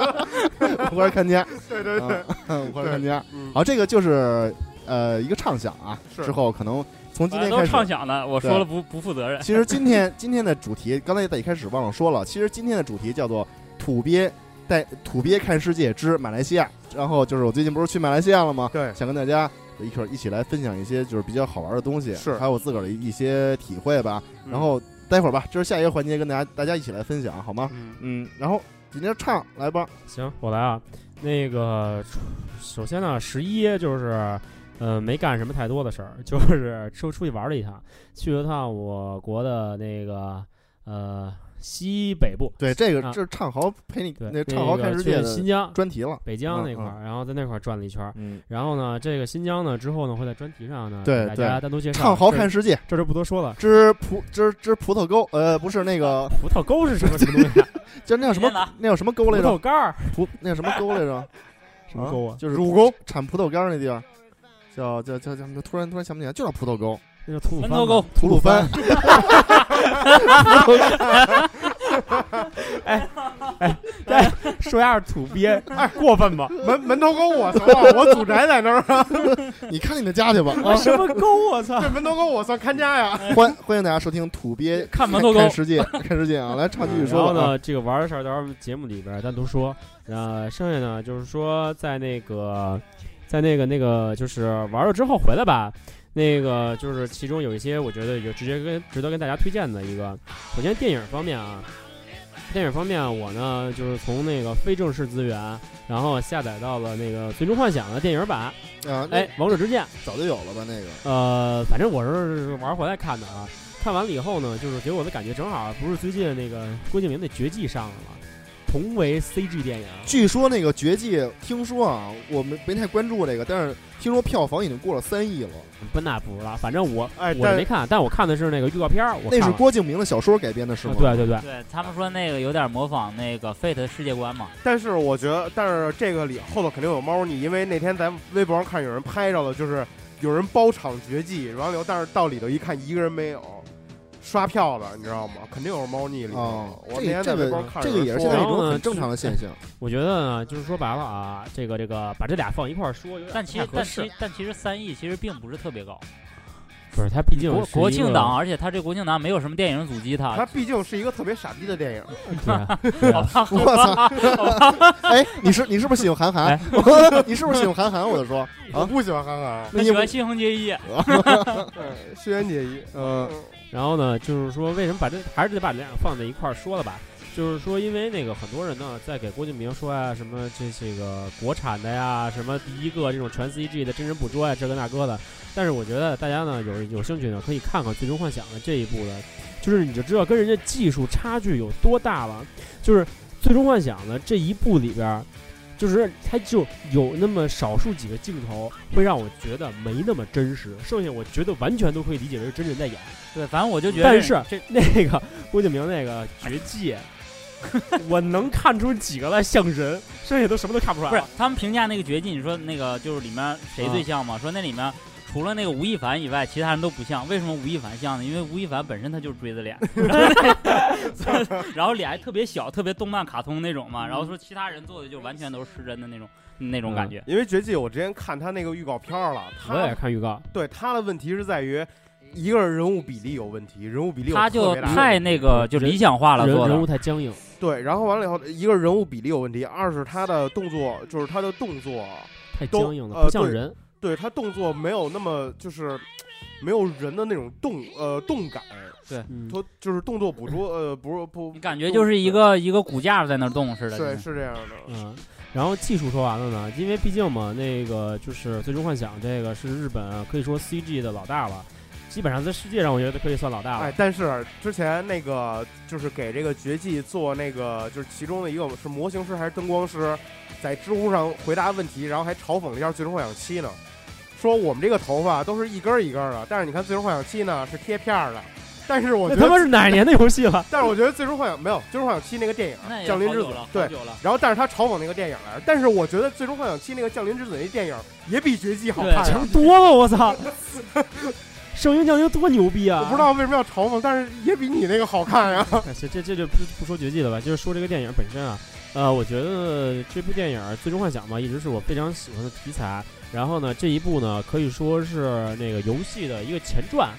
[SPEAKER 2] [laughs] 五花看家，
[SPEAKER 3] 对对对，
[SPEAKER 2] 啊 [laughs] 五花看家。
[SPEAKER 3] 嗯，
[SPEAKER 2] 好，这个就是呃一个畅想啊，
[SPEAKER 3] 是
[SPEAKER 2] 之后可能从今
[SPEAKER 4] 反正
[SPEAKER 2] 天
[SPEAKER 4] 都
[SPEAKER 2] 开
[SPEAKER 4] 是畅
[SPEAKER 2] 始。
[SPEAKER 4] 想的，我说了不不负责任。
[SPEAKER 2] 其实今天 [laughs] 今天的主题，刚才在一开始忘了说了，其实今天的主题叫做“土鳖带土鳖看世界之马来西亚”。然后就是我最近不是去马来西亚了吗？
[SPEAKER 3] 对
[SPEAKER 2] 想跟大家一块儿一起来分享一些就是比较好玩的东西，
[SPEAKER 3] 是
[SPEAKER 2] 还有我自个儿的一些体会吧。
[SPEAKER 3] 嗯
[SPEAKER 2] 然后待会儿吧，这是下一个环节，跟大家大家一起来分享，好吗？
[SPEAKER 3] 嗯
[SPEAKER 2] 嗯，然后紧接着唱来吧，
[SPEAKER 1] 行，我来啊。那个，首先呢，十一就是，呃，没干什么太多的事儿， [laughs] 就是出出去玩了一趟，去了趟我国的那个呃西北部，
[SPEAKER 2] 对，这个
[SPEAKER 1] 啊
[SPEAKER 2] 这是唱豪陪你
[SPEAKER 1] 对，个
[SPEAKER 2] 那唱豪看世界
[SPEAKER 1] 去新
[SPEAKER 2] 的
[SPEAKER 1] 疆、
[SPEAKER 2] 专题了，
[SPEAKER 1] 北疆
[SPEAKER 2] 嗯
[SPEAKER 1] 那块
[SPEAKER 2] 嗯
[SPEAKER 1] 儿，然后在那块儿转了一圈儿。
[SPEAKER 2] 嗯，
[SPEAKER 1] 然后呢，这个新疆呢，之后呢会在专题上呢
[SPEAKER 2] 对
[SPEAKER 1] 给大家单独介绍。
[SPEAKER 2] 唱豪
[SPEAKER 1] 这
[SPEAKER 2] 看世界。
[SPEAKER 1] 这就不多说了。
[SPEAKER 2] 之葡之之葡萄沟，呃，不是那个
[SPEAKER 1] 葡萄沟是什么什么东西啊？
[SPEAKER 2] 叫那叫什么
[SPEAKER 4] 天哪
[SPEAKER 2] 那叫什么沟
[SPEAKER 1] 葡
[SPEAKER 2] 来
[SPEAKER 1] 萄
[SPEAKER 2] 着？
[SPEAKER 1] 干儿？
[SPEAKER 2] 葡那叫什么沟来着？
[SPEAKER 1] [laughs] 什么沟啊？
[SPEAKER 2] 就是
[SPEAKER 3] 乳沟，
[SPEAKER 2] 产葡萄干儿那地儿，叫叫叫叫，突然突然想不起来，就叫葡萄沟，
[SPEAKER 1] 那叫吐鲁
[SPEAKER 4] 门
[SPEAKER 1] 番
[SPEAKER 4] 头
[SPEAKER 1] 吧
[SPEAKER 4] 沟，
[SPEAKER 2] 吐鲁番。
[SPEAKER 1] 说丫是土鳖，过分吧？
[SPEAKER 3] 门门头沟我操，我祖宅在那儿啊，
[SPEAKER 2] 你看你的家去吧啊！
[SPEAKER 1] 什么沟？我操！
[SPEAKER 3] 这门头沟我算看家呀。
[SPEAKER 4] [laughs]
[SPEAKER 2] 欢欢迎大家收听《土鳖 [laughs]
[SPEAKER 4] 看门头沟
[SPEAKER 2] 看世界》，看世界啊！来唱继续
[SPEAKER 1] 嗯然
[SPEAKER 2] 说
[SPEAKER 1] 后
[SPEAKER 2] 吧啊。
[SPEAKER 1] 呢，这个玩儿的事儿，到时候节目里边儿单独说。呃，剩下呢，就是说在那个，在那个那个，就是呃玩了之后回来吧。那个就是其中有一些我觉得有直接跟值得跟大家推荐的一个，首先电影方面啊，电影方面，我呢就是从那个非正式资源，然后下载到了那个《最终幻想》的电影版，
[SPEAKER 2] 啊，那
[SPEAKER 1] 哎，《王者之剑》。
[SPEAKER 2] 早就有了吧？那个
[SPEAKER 1] 呃，反正我是玩回来看的啊。看完了以后呢，就是给我的感觉正好不是最近那个郭敬明那《绝技》上了吗？同为 CG 电影，
[SPEAKER 2] 据说那个《绝技》，听说啊，我没没太关注这个，但是听说票房已经过了三亿了。
[SPEAKER 1] 不那不知道，反正我、
[SPEAKER 3] 哎
[SPEAKER 1] 我
[SPEAKER 3] 但
[SPEAKER 1] 没看，但我看的是那个预告片儿，我
[SPEAKER 2] 那是
[SPEAKER 1] 看了
[SPEAKER 2] 郭敬明的小说改编的，是吗
[SPEAKER 1] 啊？对对对，
[SPEAKER 4] 对他们说那个有点模仿那个 Fate 世界观嘛，
[SPEAKER 3] 但是我觉得，但是这个里后头肯定有猫腻，因为那天咱微博上看有人拍着了，就是有人包场绝技，然后但是到里头一看一个人没有，刷票的，你知道吗？肯定有猫腻里头。
[SPEAKER 2] 哦，
[SPEAKER 3] 我那
[SPEAKER 2] 这
[SPEAKER 3] 天在
[SPEAKER 2] 这
[SPEAKER 3] 微
[SPEAKER 2] 个
[SPEAKER 3] 博上看
[SPEAKER 2] 这
[SPEAKER 3] 有
[SPEAKER 2] 个
[SPEAKER 3] 人
[SPEAKER 2] 也是现在
[SPEAKER 3] 说
[SPEAKER 2] 一
[SPEAKER 1] 然后
[SPEAKER 2] 种
[SPEAKER 1] 呢
[SPEAKER 2] 很正常的现象。
[SPEAKER 1] 我觉得呢，就是说白了啊，这个这个把这俩放一块儿说，有点
[SPEAKER 4] 但其实
[SPEAKER 1] 不太合
[SPEAKER 4] 但
[SPEAKER 1] 适
[SPEAKER 4] 其但其实三亿其实并不是特别高，
[SPEAKER 1] 不是他毕竟
[SPEAKER 4] 国
[SPEAKER 1] 是
[SPEAKER 4] 国
[SPEAKER 1] 一
[SPEAKER 4] 庆
[SPEAKER 1] 个
[SPEAKER 4] 档，，而且他这国庆档没有什么电影阻击
[SPEAKER 3] 它
[SPEAKER 4] 他，
[SPEAKER 3] 毕竟是一个特别傻逼的电影，
[SPEAKER 1] 对啊对
[SPEAKER 4] [laughs]
[SPEAKER 1] 啊
[SPEAKER 2] 我操！哎，你是你是不是喜欢韩寒？ [laughs] 你是不是喜欢韩寒？我就说，
[SPEAKER 3] 我不喜欢韩寒，
[SPEAKER 4] 哎他喜欢新垣结衣，
[SPEAKER 3] 啊对轩辕结衣，
[SPEAKER 2] 嗯，
[SPEAKER 1] 然后呢，就是说为什么把这还是得把这俩放在一块儿说了吧？就是说，因为那个很多人呢，在给郭敬明说啊，什么这这个国产的呀，什么第一个这种全 CG 的真人捕捉啊呀，这个那个的。但是我觉得大家呢有有兴趣呢，可以看看《最终幻想》的这一部的，就是你就知道跟人家技术差距有多大了。就是《最终幻想》的这一部里边儿，就是它就有那么少数几个镜头会让我觉得没那么真实，剩下我觉得完全都可以理解为是真人在演。
[SPEAKER 4] 对，反正我就觉得，
[SPEAKER 1] 但是
[SPEAKER 4] 这
[SPEAKER 1] [laughs] 那个郭敬明那个绝技，我能看出几个来像人，剩下都什么都看不出来
[SPEAKER 4] 不是
[SPEAKER 1] 了。
[SPEAKER 4] 他们评价那个绝技，你说那个就是里面谁最像
[SPEAKER 1] 啊
[SPEAKER 4] 嘛？说那里面除了那个吴亦凡以外，其他人都不像。为什么吴亦凡像呢？因为吴亦凡本身他就是锥
[SPEAKER 1] [laughs]
[SPEAKER 4] 子脸， [laughs] 然后脸还特别小，特别动漫卡通那种嘛。然后说其他人做的就完全都是失真的那种那种感觉。
[SPEAKER 3] 因为绝技我之前看他那个预告片儿了，
[SPEAKER 1] 我也
[SPEAKER 3] 他
[SPEAKER 1] 看预告，
[SPEAKER 3] 对他的问题是在于一个是人物比例有问题，人物比例有
[SPEAKER 4] 他就
[SPEAKER 3] 特别大的问
[SPEAKER 4] 太
[SPEAKER 3] 题
[SPEAKER 4] 那个就理想化了
[SPEAKER 1] 人
[SPEAKER 4] 做
[SPEAKER 1] 人物
[SPEAKER 4] 的，
[SPEAKER 1] 太僵硬，
[SPEAKER 3] 对，然后完了以后，一个是人物比例有问题，二是他的动作，就是他的动作，
[SPEAKER 1] 太
[SPEAKER 3] 都
[SPEAKER 1] 僵硬了，
[SPEAKER 3] 呃
[SPEAKER 1] 不像
[SPEAKER 3] 对
[SPEAKER 1] 人。
[SPEAKER 3] 对他动作没有那么就是没有人的那种动呃动感，
[SPEAKER 1] 嗯，
[SPEAKER 3] 他就是动作捕捉呃不不，
[SPEAKER 4] 你感觉就是一个一个骨架在那儿动似的。
[SPEAKER 3] 对
[SPEAKER 4] 就是
[SPEAKER 3] 是这样的，
[SPEAKER 1] 嗯，然后技术说完了呢，因为毕竟嘛，那个就是《最终幻想》这个是日本可以说 CG 的老大了，基本上在世界上我觉得可以算老大
[SPEAKER 3] 哎
[SPEAKER 1] 了。，
[SPEAKER 3] 但是之前那个就是给这个绝技做那个就是其中的一个是模型师还是灯光师，在知乎上回答问题，然后还嘲讽了一下《最终幻想七》呢，说我们这个头发都是一根儿一根儿的，但是你看《最终幻想七》呢是贴片儿的，但是我
[SPEAKER 1] 那
[SPEAKER 3] 觉
[SPEAKER 1] 他
[SPEAKER 3] 得
[SPEAKER 1] 妈是哪年的游戏了？
[SPEAKER 3] 但是我觉得《最终幻想》没有《最终幻想七》那个电影
[SPEAKER 4] 那
[SPEAKER 3] 《
[SPEAKER 4] 也
[SPEAKER 3] 降临之子
[SPEAKER 4] 好久了，好》
[SPEAKER 3] 对。
[SPEAKER 4] 久了
[SPEAKER 3] 然后，但是他嘲讽那个电影来着，但是我觉得《最终幻想七》那个《降临之子》那电影也比《绝技》好看、
[SPEAKER 4] 对
[SPEAKER 3] 啊
[SPEAKER 1] 强。多了，我
[SPEAKER 3] [laughs]
[SPEAKER 1] 操！圣鹰降临多牛逼啊！
[SPEAKER 3] 我不知道为什么要嘲讽，但是也比你那个好看啊呀、
[SPEAKER 1] 哎这这这就不不说绝技了吧，就是说这个电影本身啊，呃，我觉得这部电影《最终幻想》嘛，一直是我非常喜欢的题材。然后呢，这一部呢可以说是那个游戏的一个前传，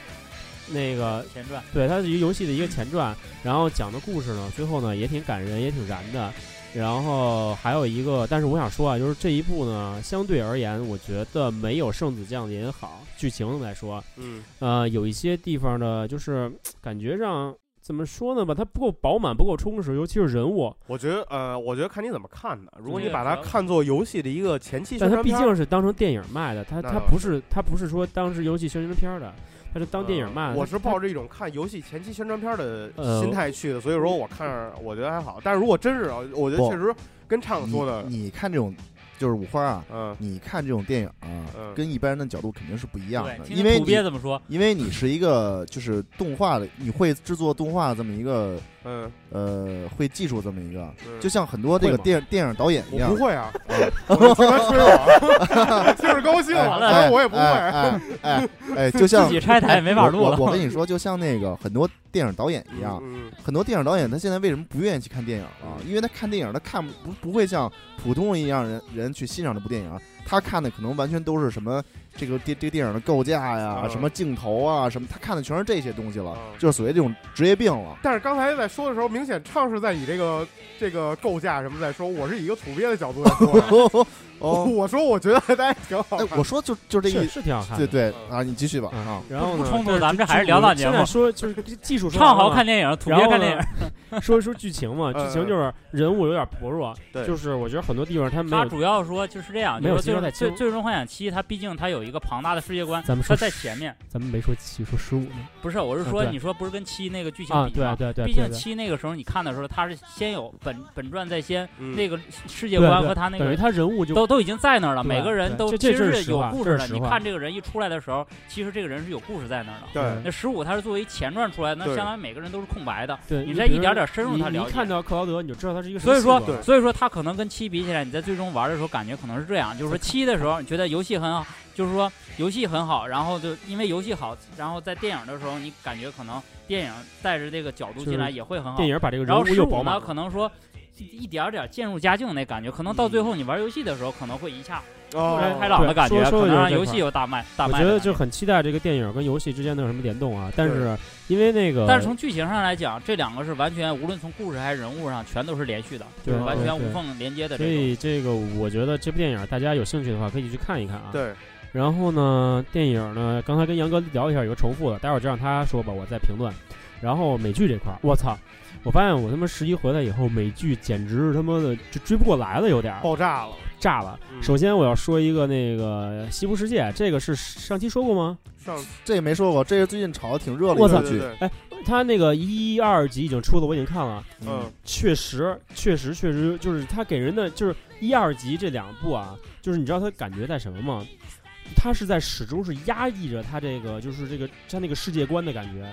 [SPEAKER 1] 那个
[SPEAKER 4] 前传。
[SPEAKER 1] 对，它是一个游戏的一个前传。然后讲的故事呢，最后呢也挺感人，也挺燃的。然后还有一个，但是我想说啊，就是这一部呢，相对而言，我觉得没有《圣子降临》好，剧情来说，
[SPEAKER 3] 嗯，
[SPEAKER 1] 呃，有一些地方呢，就是感觉上怎么说呢吧，它不够饱满，不够充实，尤其是人物。
[SPEAKER 3] 我觉得，呃，我觉得看你怎么看的。如果你
[SPEAKER 4] 对
[SPEAKER 3] 把
[SPEAKER 4] 主
[SPEAKER 3] 它
[SPEAKER 4] 要
[SPEAKER 3] 看作游戏的一个前期宣
[SPEAKER 1] 但它
[SPEAKER 3] 传
[SPEAKER 1] 毕
[SPEAKER 3] 片儿，
[SPEAKER 1] 竟是当成电影卖的，它
[SPEAKER 3] 那
[SPEAKER 1] 它
[SPEAKER 3] 倒
[SPEAKER 1] 不是它不是说当时游戏宣传片儿的，它是当电影卖
[SPEAKER 3] 呃
[SPEAKER 1] 的。
[SPEAKER 3] 我
[SPEAKER 1] 它
[SPEAKER 3] 是抱着一种看游戏前期宣传片儿的
[SPEAKER 1] 呃
[SPEAKER 3] 心态去的，所以说我看着我觉得还好。但是如果真是，啊我觉得
[SPEAKER 2] 不
[SPEAKER 3] 确实跟畅
[SPEAKER 2] 你
[SPEAKER 3] 说的，
[SPEAKER 2] 你看这种就是五花啊，
[SPEAKER 3] 嗯
[SPEAKER 2] 你看这种电影啊
[SPEAKER 3] 嗯，
[SPEAKER 2] 跟一般人的角度肯定是不一样
[SPEAKER 4] 对
[SPEAKER 2] 的，，
[SPEAKER 4] 听
[SPEAKER 2] 因
[SPEAKER 4] 听
[SPEAKER 2] 为
[SPEAKER 4] 土鳖
[SPEAKER 2] 你
[SPEAKER 4] 怎么说？
[SPEAKER 2] 因为你是一个就是动画的，你会制作动画这么一个
[SPEAKER 3] 嗯，
[SPEAKER 2] 呃，会技术这么一个，
[SPEAKER 3] 嗯
[SPEAKER 2] 就哦像很多这
[SPEAKER 1] 会
[SPEAKER 2] 个
[SPEAKER 1] 吗
[SPEAKER 2] 电电影导演一
[SPEAKER 3] 我
[SPEAKER 2] 样
[SPEAKER 3] 不。会啊， [laughs] 我就吹他吹我， [laughs] 听着高兴
[SPEAKER 2] 哎
[SPEAKER 3] 了，
[SPEAKER 4] 了
[SPEAKER 3] 但
[SPEAKER 2] 哎
[SPEAKER 3] 是我也不
[SPEAKER 2] 哎
[SPEAKER 3] 会。
[SPEAKER 2] 哎哎哎，就
[SPEAKER 3] 嗯
[SPEAKER 2] 像
[SPEAKER 4] [laughs] 自己拆台也没法录
[SPEAKER 2] 我
[SPEAKER 4] 了。
[SPEAKER 2] 我我跟你说，就像那个很多电影导演一样，
[SPEAKER 3] 嗯，嗯
[SPEAKER 2] 很多电影导演他现在为什么不愿意去看电影了、因为他看电影，他看不不会像普通人一样人人去欣赏这部电影，啊他看的可能完全都是什么这个电这个电影的构架呀、
[SPEAKER 3] 嗯
[SPEAKER 2] 什么镜头啊，什么他看的全是这些东西了，
[SPEAKER 3] 嗯
[SPEAKER 2] 就是所谓这种职业病
[SPEAKER 3] [laughs]
[SPEAKER 2] 了。
[SPEAKER 3] 但是刚才在说的时候，明啊显畅是在以这个这个构架什么在说，我是以一个土鳖的角度在说的。
[SPEAKER 2] [laughs] 哦，
[SPEAKER 3] 我说我觉得大家挺好
[SPEAKER 2] 哎，
[SPEAKER 3] 看
[SPEAKER 2] 我说就就这
[SPEAKER 1] 是
[SPEAKER 2] 一，
[SPEAKER 1] 是挺好看的，
[SPEAKER 2] 对对
[SPEAKER 3] 啊嗯
[SPEAKER 2] 啊，你继续吧
[SPEAKER 1] 嗯
[SPEAKER 2] 啊，
[SPEAKER 1] 然后
[SPEAKER 4] 不
[SPEAKER 1] 呢
[SPEAKER 4] 冲突
[SPEAKER 1] 这
[SPEAKER 4] 咱们这还是
[SPEAKER 1] 剧
[SPEAKER 4] 聊到
[SPEAKER 1] 现
[SPEAKER 4] 节
[SPEAKER 1] 在
[SPEAKER 4] 目
[SPEAKER 1] 说就是 [laughs] 技术说
[SPEAKER 4] 唱
[SPEAKER 1] 完
[SPEAKER 4] 好
[SPEAKER 1] 了
[SPEAKER 4] 看电影，土
[SPEAKER 1] 然
[SPEAKER 4] 鳖
[SPEAKER 1] 后
[SPEAKER 4] 看电影
[SPEAKER 1] 呢， [laughs] 说一说剧情嘛，剧情就是人物有点薄弱，
[SPEAKER 3] 呃对
[SPEAKER 1] 就是我觉得很多地方他没
[SPEAKER 4] 他
[SPEAKER 1] 有。
[SPEAKER 4] 主要说就是这样，
[SPEAKER 1] 没有
[SPEAKER 4] 就是
[SPEAKER 1] 肌肉太
[SPEAKER 4] 最最
[SPEAKER 1] 轻
[SPEAKER 4] 最终幻想七，它毕竟它有一个庞大的世界观，
[SPEAKER 1] 咱们
[SPEAKER 4] 它
[SPEAKER 1] 说
[SPEAKER 4] 在
[SPEAKER 1] 十
[SPEAKER 4] 前面。
[SPEAKER 1] 咱们没说七，说十五呢
[SPEAKER 4] 不是，我是
[SPEAKER 1] 啊
[SPEAKER 4] 说，
[SPEAKER 1] 对
[SPEAKER 4] 你说不是跟七那个剧情
[SPEAKER 1] 啊，
[SPEAKER 4] 比
[SPEAKER 1] 对
[SPEAKER 4] 吗？
[SPEAKER 1] 对对，
[SPEAKER 4] 毕
[SPEAKER 1] 对
[SPEAKER 4] 竟七那个时候你看的时候，它是先有本本传在先，
[SPEAKER 3] 嗯
[SPEAKER 4] 那个世界
[SPEAKER 1] 对
[SPEAKER 4] 观
[SPEAKER 1] 对
[SPEAKER 4] 和他那
[SPEAKER 1] 等于
[SPEAKER 4] 个
[SPEAKER 1] 他人物就
[SPEAKER 4] 都都已经在那儿了，
[SPEAKER 1] 对
[SPEAKER 4] 每个人
[SPEAKER 1] 对
[SPEAKER 4] 都
[SPEAKER 1] 这
[SPEAKER 4] 其
[SPEAKER 1] 这
[SPEAKER 4] 实
[SPEAKER 1] 是
[SPEAKER 4] 是
[SPEAKER 1] 实
[SPEAKER 4] 有
[SPEAKER 1] 话
[SPEAKER 4] 故
[SPEAKER 1] 这
[SPEAKER 4] 事
[SPEAKER 1] 是
[SPEAKER 4] 的。
[SPEAKER 1] 实
[SPEAKER 4] 你
[SPEAKER 1] 话
[SPEAKER 4] 看这个人一出来的时候，其实这个人是有故事在那儿的。
[SPEAKER 3] 对
[SPEAKER 4] 那十五它是作为前传出来，那
[SPEAKER 3] 对
[SPEAKER 4] 相当于每个人都是空白的。
[SPEAKER 1] 对
[SPEAKER 4] 你
[SPEAKER 1] 比
[SPEAKER 4] 再
[SPEAKER 1] 如
[SPEAKER 4] 一点点深入
[SPEAKER 1] 你
[SPEAKER 4] 他
[SPEAKER 1] 你
[SPEAKER 4] 了
[SPEAKER 1] 一看
[SPEAKER 4] 解。
[SPEAKER 1] 到克劳德，你就知道他是一个什
[SPEAKER 4] 所
[SPEAKER 1] 么
[SPEAKER 4] 以
[SPEAKER 1] 性
[SPEAKER 4] 说
[SPEAKER 1] 格，
[SPEAKER 3] 对
[SPEAKER 4] 所以说它可能跟七比起来，你在最终玩的时候感觉可能是这样，就是说七的时候你觉得游戏很好，就是说游戏很好，然后就因为游戏好，然后在电影的时候你感觉可能电影带着这个角度进来
[SPEAKER 1] 就是
[SPEAKER 4] 也会很好。
[SPEAKER 1] 电影把这个
[SPEAKER 4] 啊然
[SPEAKER 1] 人
[SPEAKER 4] 后
[SPEAKER 1] 物
[SPEAKER 4] 十
[SPEAKER 1] 又饱
[SPEAKER 4] 五呢，
[SPEAKER 1] 满
[SPEAKER 4] 可能说一点儿点儿渐入佳境那感觉，可能到
[SPEAKER 1] 嗯
[SPEAKER 4] 最后你玩游戏的时候，可能会一下
[SPEAKER 3] 哦，
[SPEAKER 4] 开朗的
[SPEAKER 1] 对
[SPEAKER 4] 感觉，
[SPEAKER 1] 说说
[SPEAKER 4] 可能
[SPEAKER 1] 有
[SPEAKER 4] 让
[SPEAKER 1] 这
[SPEAKER 4] 游
[SPEAKER 1] 块
[SPEAKER 4] 戏有大卖大
[SPEAKER 1] 我
[SPEAKER 4] 卖
[SPEAKER 1] 觉
[SPEAKER 4] 的感觉。
[SPEAKER 1] 得就很期待这个电影跟游戏之间能有什么联动啊。但是因为那个，
[SPEAKER 4] 但是从剧情上来讲，这两个是完全无论从故事还是人物上，全都是连续的，
[SPEAKER 1] 对
[SPEAKER 4] 就是完全
[SPEAKER 1] 对
[SPEAKER 4] 无缝连接的
[SPEAKER 1] 所
[SPEAKER 4] 这种。
[SPEAKER 1] 以这个我觉得这部电影大家有兴趣的话可以去看一看啊。。
[SPEAKER 3] 哦对，
[SPEAKER 1] 然后呢，电影呢，刚才跟杨哥聊一下，有个重复的，待会儿就让他说吧，我再评论。然后美剧这块儿，我操，我发现我他妈十一回来以后，美剧简直是他妈的就追不过来了，有点儿
[SPEAKER 4] 哦
[SPEAKER 3] 爆炸了，
[SPEAKER 1] 炸了。
[SPEAKER 3] 嗯
[SPEAKER 1] 首先我要说一个那个《西部世界》，这个是上期说过吗？
[SPEAKER 3] 上
[SPEAKER 2] 这也没说过，这是最近炒的挺热的
[SPEAKER 1] 我
[SPEAKER 2] 一
[SPEAKER 1] 操
[SPEAKER 2] 个
[SPEAKER 3] 对对
[SPEAKER 2] 剧，
[SPEAKER 3] 对，
[SPEAKER 1] 哎，它那个一二集已经出了，我已经看了，
[SPEAKER 3] 嗯，
[SPEAKER 1] 确实，确实，确实，就是它给人的就是一二集这两部啊，就是你知道它感觉在什么吗？它是在始终是压抑着它这个，就是这个它那个世界观的感觉，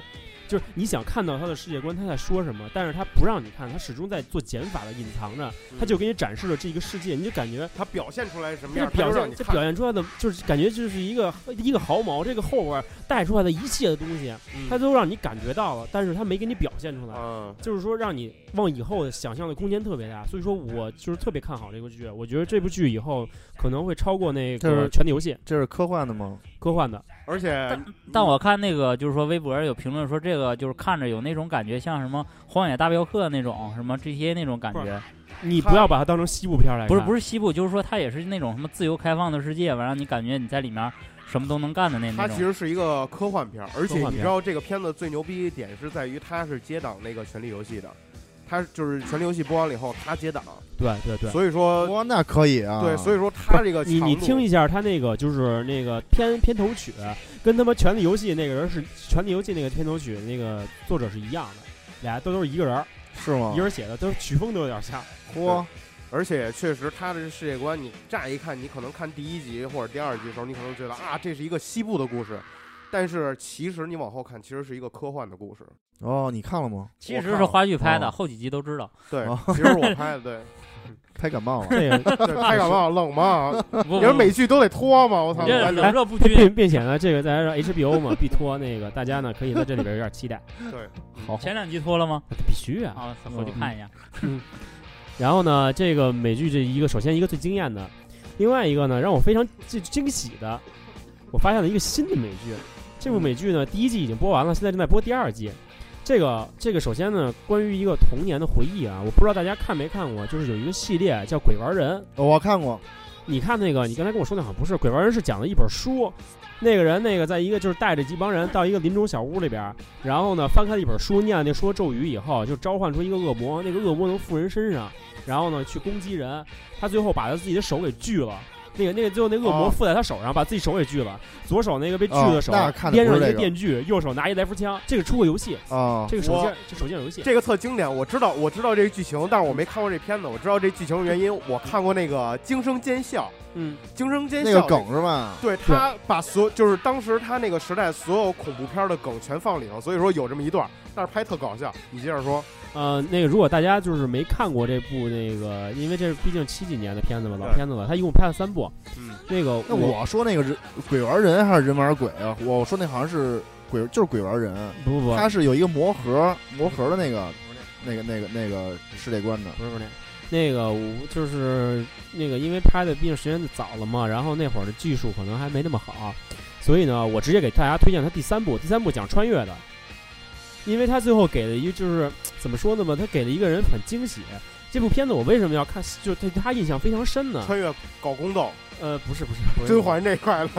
[SPEAKER 1] 就是你想看到它的世界观，它在说什么，但是它不让你看，它始终在做减法的隐藏着，它就给你展示了这一个世界，你就感觉
[SPEAKER 3] 嗯他表现出来是什么
[SPEAKER 1] 这
[SPEAKER 3] 样，
[SPEAKER 1] 表
[SPEAKER 3] 它就让
[SPEAKER 1] 现
[SPEAKER 3] 你
[SPEAKER 1] 这
[SPEAKER 3] 看
[SPEAKER 1] 表现出来的就是感觉就是一个一个毫毛，这个后边带出来的一切的东西，
[SPEAKER 3] 嗯
[SPEAKER 1] 它都让你感觉到了，但是它没给你表现出来。
[SPEAKER 3] 嗯
[SPEAKER 1] 就是说让你往以后想象的空间特别大，所以说我就是特别看好这部剧。我觉得这部剧以后可能会超过那
[SPEAKER 2] 就
[SPEAKER 1] 个
[SPEAKER 2] 是
[SPEAKER 1] 《权力游戏》
[SPEAKER 2] 这是科幻的吗？
[SPEAKER 1] 科幻的，
[SPEAKER 3] 而且
[SPEAKER 4] 但我看那个就是说微博有评论说这个就是看着有那种感觉，像什么《荒野大镖客》那种什么 GTA 那种感
[SPEAKER 1] 不
[SPEAKER 4] 觉，
[SPEAKER 1] 你不要把它当成西部片儿来看。
[SPEAKER 4] 不是不
[SPEAKER 1] 是，
[SPEAKER 4] 是西部，就是说它也是那种什么自由开放的世界吧，让你感觉你在里面什么都能干的那那
[SPEAKER 3] 它其
[SPEAKER 4] 种。
[SPEAKER 3] 实是一个科幻片儿，而且
[SPEAKER 1] 科幻
[SPEAKER 3] 你
[SPEAKER 1] 片
[SPEAKER 3] 知道这个片子最牛逼一点是在于它是接档那个《权力游戏》的，它就是《权力游戏》播完了以后它接档，
[SPEAKER 1] 对对对。
[SPEAKER 3] 所以说
[SPEAKER 2] 哇，那可以啊，
[SPEAKER 3] 呃对，所以说它这个
[SPEAKER 1] 你你
[SPEAKER 3] 强度
[SPEAKER 1] 听一下他那个就是那个片片头曲，跟他妈《权力游戏》那个人是《权力游戏》那个片头曲那个作者是一样的，俩都都是一个人儿，
[SPEAKER 2] 是吗
[SPEAKER 1] 一？人写的，都是曲风都有点像。
[SPEAKER 2] 嚯，
[SPEAKER 3] 而且确实，它的世界观，你乍一看，你可能看第一集或者第二集的时候，你可能觉得啊，这是一个西部的故事，但是其实你往后看，其实是一个科幻的故事。
[SPEAKER 2] 哦，你看了吗？
[SPEAKER 4] 其实是花絮拍的，
[SPEAKER 2] 哦
[SPEAKER 4] 后几集都知道。
[SPEAKER 3] 对，
[SPEAKER 2] 哦
[SPEAKER 3] [laughs] 其实我拍
[SPEAKER 2] [laughs]
[SPEAKER 3] 的，对，
[SPEAKER 2] 拍感冒了。
[SPEAKER 1] 这个 [laughs]
[SPEAKER 3] 对太感冒冷吗？
[SPEAKER 2] [laughs]
[SPEAKER 4] 不
[SPEAKER 3] 你说
[SPEAKER 4] 不
[SPEAKER 3] 每剧都得拖吗？我操！
[SPEAKER 4] 你这
[SPEAKER 3] 我
[SPEAKER 4] 冷热
[SPEAKER 1] [laughs]
[SPEAKER 4] 不均。
[SPEAKER 1] 并并且呢，这个再加上 HBO 嘛，必托那个大家呢可以在这里边有点期待，
[SPEAKER 3] 对，嗯
[SPEAKER 2] 好
[SPEAKER 4] 前两集脱了吗？
[SPEAKER 1] [laughs] 必须啊！
[SPEAKER 4] 啊，回去看一下。
[SPEAKER 1] 然后呢，这个美剧这一个，首先一个最惊艳的，另外一个呢让我非常惊惊喜的，我发现了一个新的美剧。这部美剧呢，第一季已经播完了，现在正在播第二季。这个这个，首先呢，关于一个童年的回忆啊，我不知道大家看没看过，就是有一个系列叫《鬼玩人》。
[SPEAKER 2] 哦我看过，
[SPEAKER 1] 你看那个，你刚才跟我说那好像不是《鬼玩人》，是讲的一本书。那个人那个在一个就是带着几帮人到一个林中小屋里边儿，然后呢翻开了一本书，念了那说咒语以后，就召唤出一个恶魔，那个恶魔能附人身上，然后呢去攻击人。他最后把他自己的手给锯了。那个那个最后那个恶魔
[SPEAKER 3] 哦
[SPEAKER 1] 附在他手上，把自己手给锯了，左手那个被锯
[SPEAKER 2] 哦
[SPEAKER 1] 的手、
[SPEAKER 2] 那看的
[SPEAKER 1] 连
[SPEAKER 2] 不
[SPEAKER 1] 上
[SPEAKER 2] 是
[SPEAKER 1] 一个
[SPEAKER 2] 这个
[SPEAKER 1] 电锯，右手拿一来福枪。这个出过游戏，
[SPEAKER 2] 啊，
[SPEAKER 1] 这个手
[SPEAKER 3] 我
[SPEAKER 1] 机这手机上有游戏。
[SPEAKER 3] 这个特经典，我知道，我知道这个剧情，但是我没看过这片子，我知道这剧情原因。我看过那个《惊声尖笑
[SPEAKER 1] 嗯，》，
[SPEAKER 3] 《惊声尖
[SPEAKER 2] 那
[SPEAKER 3] 笑》
[SPEAKER 2] 个梗是吧？
[SPEAKER 3] 对他把所有就是当时他那个时代所有恐怖片的梗全放里头，所以说有这么一段，但是拍特搞笑。你接着说，
[SPEAKER 1] 呃，那个如果大家就是没看过这部那个，因为这毕竟七几年的片子嘛，老
[SPEAKER 3] 对
[SPEAKER 1] 片子了，他一共拍了三部。
[SPEAKER 3] 嗯，
[SPEAKER 1] 那个
[SPEAKER 2] 那我说那个人鬼玩人还是人玩鬼啊？我说那好像是鬼，就是鬼玩人，
[SPEAKER 1] 不不不，
[SPEAKER 2] 它是有一个魔盒魔盒的那个那个那个那个世界观的。
[SPEAKER 1] 不是不是那那个我就是那个，因为拍的毕竟时间早了嘛，然后那会儿的技术可能还没那么好，所以呢，我直接给大家推荐他第三部，第三部讲穿越的，因为他最后给了一就是怎么说呢吧，他给了一个人很惊喜，这部片子我为什么要看？就对他印象非常深呢？
[SPEAKER 3] 穿越搞宫斗，
[SPEAKER 2] 哎
[SPEAKER 1] 呃，不是不是，不是
[SPEAKER 3] 甄，嬛这块了，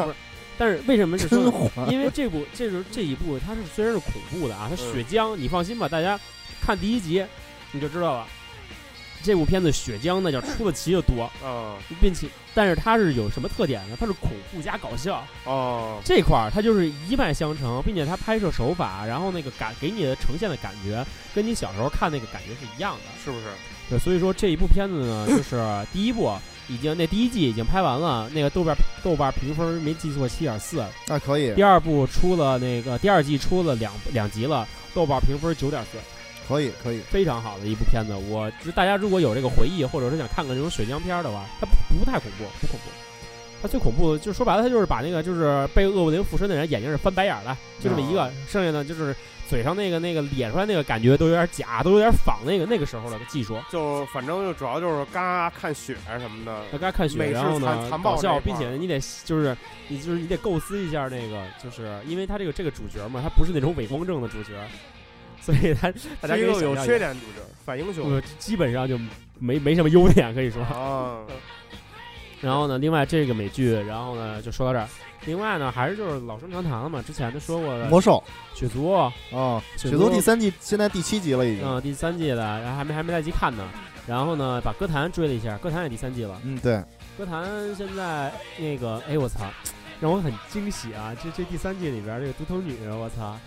[SPEAKER 1] 但是为什么是说
[SPEAKER 2] 真火，
[SPEAKER 1] 因为这部这是这一部，它是虽然是恐怖的啊，它
[SPEAKER 3] 嗯
[SPEAKER 1] 血浆，你放心吧，大家看第一集你就知道了。这部片子血浆那叫出的奇的多，
[SPEAKER 3] 嗯
[SPEAKER 1] 并且但是它是有什么特点呢？它是恐怖加搞笑
[SPEAKER 3] 哦，
[SPEAKER 1] 这块儿，它就是一脉相承，并且它拍摄手法，然后那个感给你的呈现的感觉，跟你小时候看那个感觉是一样的。
[SPEAKER 3] 是不是？
[SPEAKER 1] 对，所以说这一部片子呢，就是第一部已经那第一季已经拍完了，那个豆瓣豆瓣评分没记错七点四，
[SPEAKER 2] 那啊可以
[SPEAKER 1] 第二部出了那个第二季出了两两集了，豆瓣评分九点四，
[SPEAKER 2] 可以可以，
[SPEAKER 1] 非常好的一部片子。我就大家如果有这个回忆，或者是想看看这种水浆片儿的话，它不不太恐怖，不恐怖。它最恐怖的，就说白了，它就是把那个就是被恶灵附身的人眼睛是翻白眼儿的，就这么一个，剩下的就是嘴上那个那个咧出来那个感觉都有点假，都有点仿那个那个时候的技术。
[SPEAKER 3] 就反正就主要就是嘎看雪什么
[SPEAKER 1] 大
[SPEAKER 3] 的，
[SPEAKER 1] 家看雪，
[SPEAKER 3] 美式
[SPEAKER 1] 然后呢
[SPEAKER 3] 残残暴
[SPEAKER 1] 搞笑，
[SPEAKER 3] 这一
[SPEAKER 1] 并
[SPEAKER 3] 块儿
[SPEAKER 1] 且你得就是你就是你得构思一下那个，就是因为他这个这个主角嘛，他不是那种伪光正的主角，所以
[SPEAKER 3] [laughs]
[SPEAKER 1] 他大家
[SPEAKER 3] 是
[SPEAKER 1] 可
[SPEAKER 3] 一
[SPEAKER 1] 以
[SPEAKER 3] 个
[SPEAKER 1] 想
[SPEAKER 3] 有
[SPEAKER 1] 象一下，
[SPEAKER 3] 缺点主角，反英雄
[SPEAKER 1] 呃，基本上就没没什么优点可以说。 [laughs]
[SPEAKER 3] 啊，
[SPEAKER 1] 然后呢，另外这个美剧，然后呢就说到这儿。另外呢，还是就是老生常谈了嘛，之前就说过的
[SPEAKER 2] 魔兽
[SPEAKER 1] 雪族，
[SPEAKER 2] 啊，
[SPEAKER 1] 雪
[SPEAKER 2] 雪族第三季现在第七集了已经，
[SPEAKER 1] 嗯第三季的，然后还没还没来及看呢。然后呢，把歌坛追了一下，歌坛也第三季了。
[SPEAKER 2] 嗯对，
[SPEAKER 1] 歌坛现在那个，哎我操，让我很惊喜啊！这这第三季里边儿这个独头女，我操，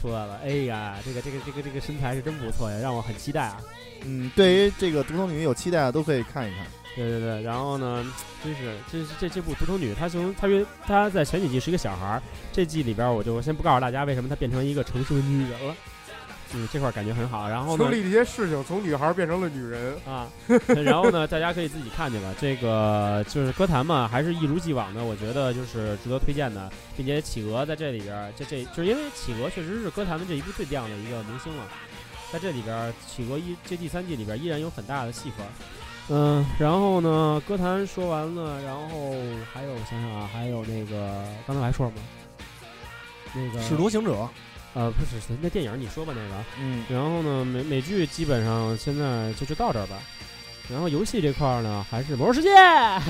[SPEAKER 1] 出来了！哎呀，这个这个这个这个身材是真不错呀，让我很期待啊！
[SPEAKER 2] 嗯，对于这个独头女有期待的都可以看一看，
[SPEAKER 1] 对对对，然后呢，真是这是这这部独头女，她从她原她在前几季是一个小孩儿，这季里边儿我就先不告诉大家为什么她变成一个成熟的女人了，嗯，这块儿感觉很好。然后呢
[SPEAKER 3] 处，理这些事情，从女孩变成了女
[SPEAKER 1] [laughs]
[SPEAKER 3] 人，
[SPEAKER 1] 啊，然后呢，大家可以自己看去吧。这个就是歌坛嘛，还是一如既往的，我觉得就是值得推荐的，并且企鹅在这里边儿，这这就是因为企鹅确实是歌坛的这一部最亮的一个明星了，在这里边儿，企鹅一这第三季里边儿依然有很大的戏份儿。嗯，然后呢，歌坛说完了，然后还有我想想啊，还有那个刚才我还说什么？那个
[SPEAKER 2] 《使徒行者》
[SPEAKER 1] 呃，不是那电影，你说吧那个。
[SPEAKER 2] 嗯，
[SPEAKER 1] 然后呢，美美剧基本上现在就就到这儿吧。然后游戏这块儿呢，还是《魔兽世
[SPEAKER 2] [laughs]
[SPEAKER 1] 界》啊，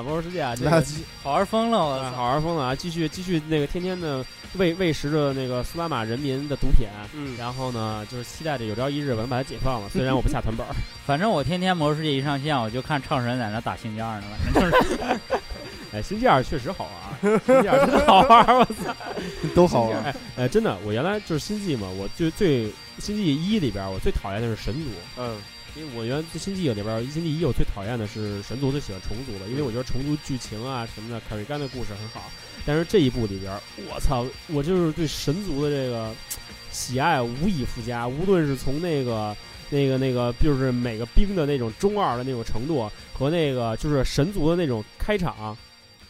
[SPEAKER 1] 《魔兽世界》啊，这
[SPEAKER 2] 垃
[SPEAKER 1] 个
[SPEAKER 2] 圾
[SPEAKER 4] 好玩疯了，我
[SPEAKER 1] 啊
[SPEAKER 4] 操！
[SPEAKER 1] 好玩疯了啊！继续继续那个天天的喂喂食着那个苏拉玛人民的毒品，啊
[SPEAKER 3] 嗯，
[SPEAKER 1] 然后呢，就是期待着有朝一日我能把它解放了。虽然我不下团本儿， [laughs]
[SPEAKER 4] 反正我天天魔兽世界一上线，我就看唱神在那打星际二呢，反正就是
[SPEAKER 1] 哎，星际二确实好玩儿，
[SPEAKER 3] [laughs]
[SPEAKER 1] 星际二真的好玩儿，我 [laughs] 操！
[SPEAKER 2] 都好玩。
[SPEAKER 1] 哎哎，真的，我原来就是星际嘛，我就最星际一里边儿我最讨厌的是神族，
[SPEAKER 3] 嗯，
[SPEAKER 1] 因为我原来对新纪影里边儿，新纪一我最讨厌的是神族，最喜欢虫族的，因为我觉得虫族剧情啊什么的，凯瑞甘的故事很好。但是这一部里边儿，我操，我就是对神族的这个喜爱无以复加，无论是从那个。那个那个就是每个兵的那种中二的那种程度，和那个就是神族的那种开场，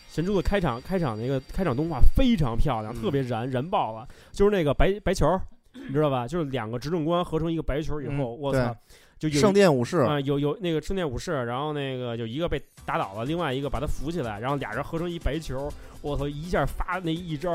[SPEAKER 1] 神族的开场开场那个开场动画非常漂亮，
[SPEAKER 3] 嗯
[SPEAKER 1] 特别燃燃爆了，就是那个白白球儿，你知道吧？就是两个执政官合成一个白球儿以后，
[SPEAKER 2] 嗯
[SPEAKER 1] 我
[SPEAKER 2] 对
[SPEAKER 1] 操，就有一
[SPEAKER 2] 圣殿武士
[SPEAKER 1] 啊、有有那个圣殿武士，然后那个有一个被打倒了，另外一个把他扶起来，然后俩人合成一白球，我操，一下发那一招，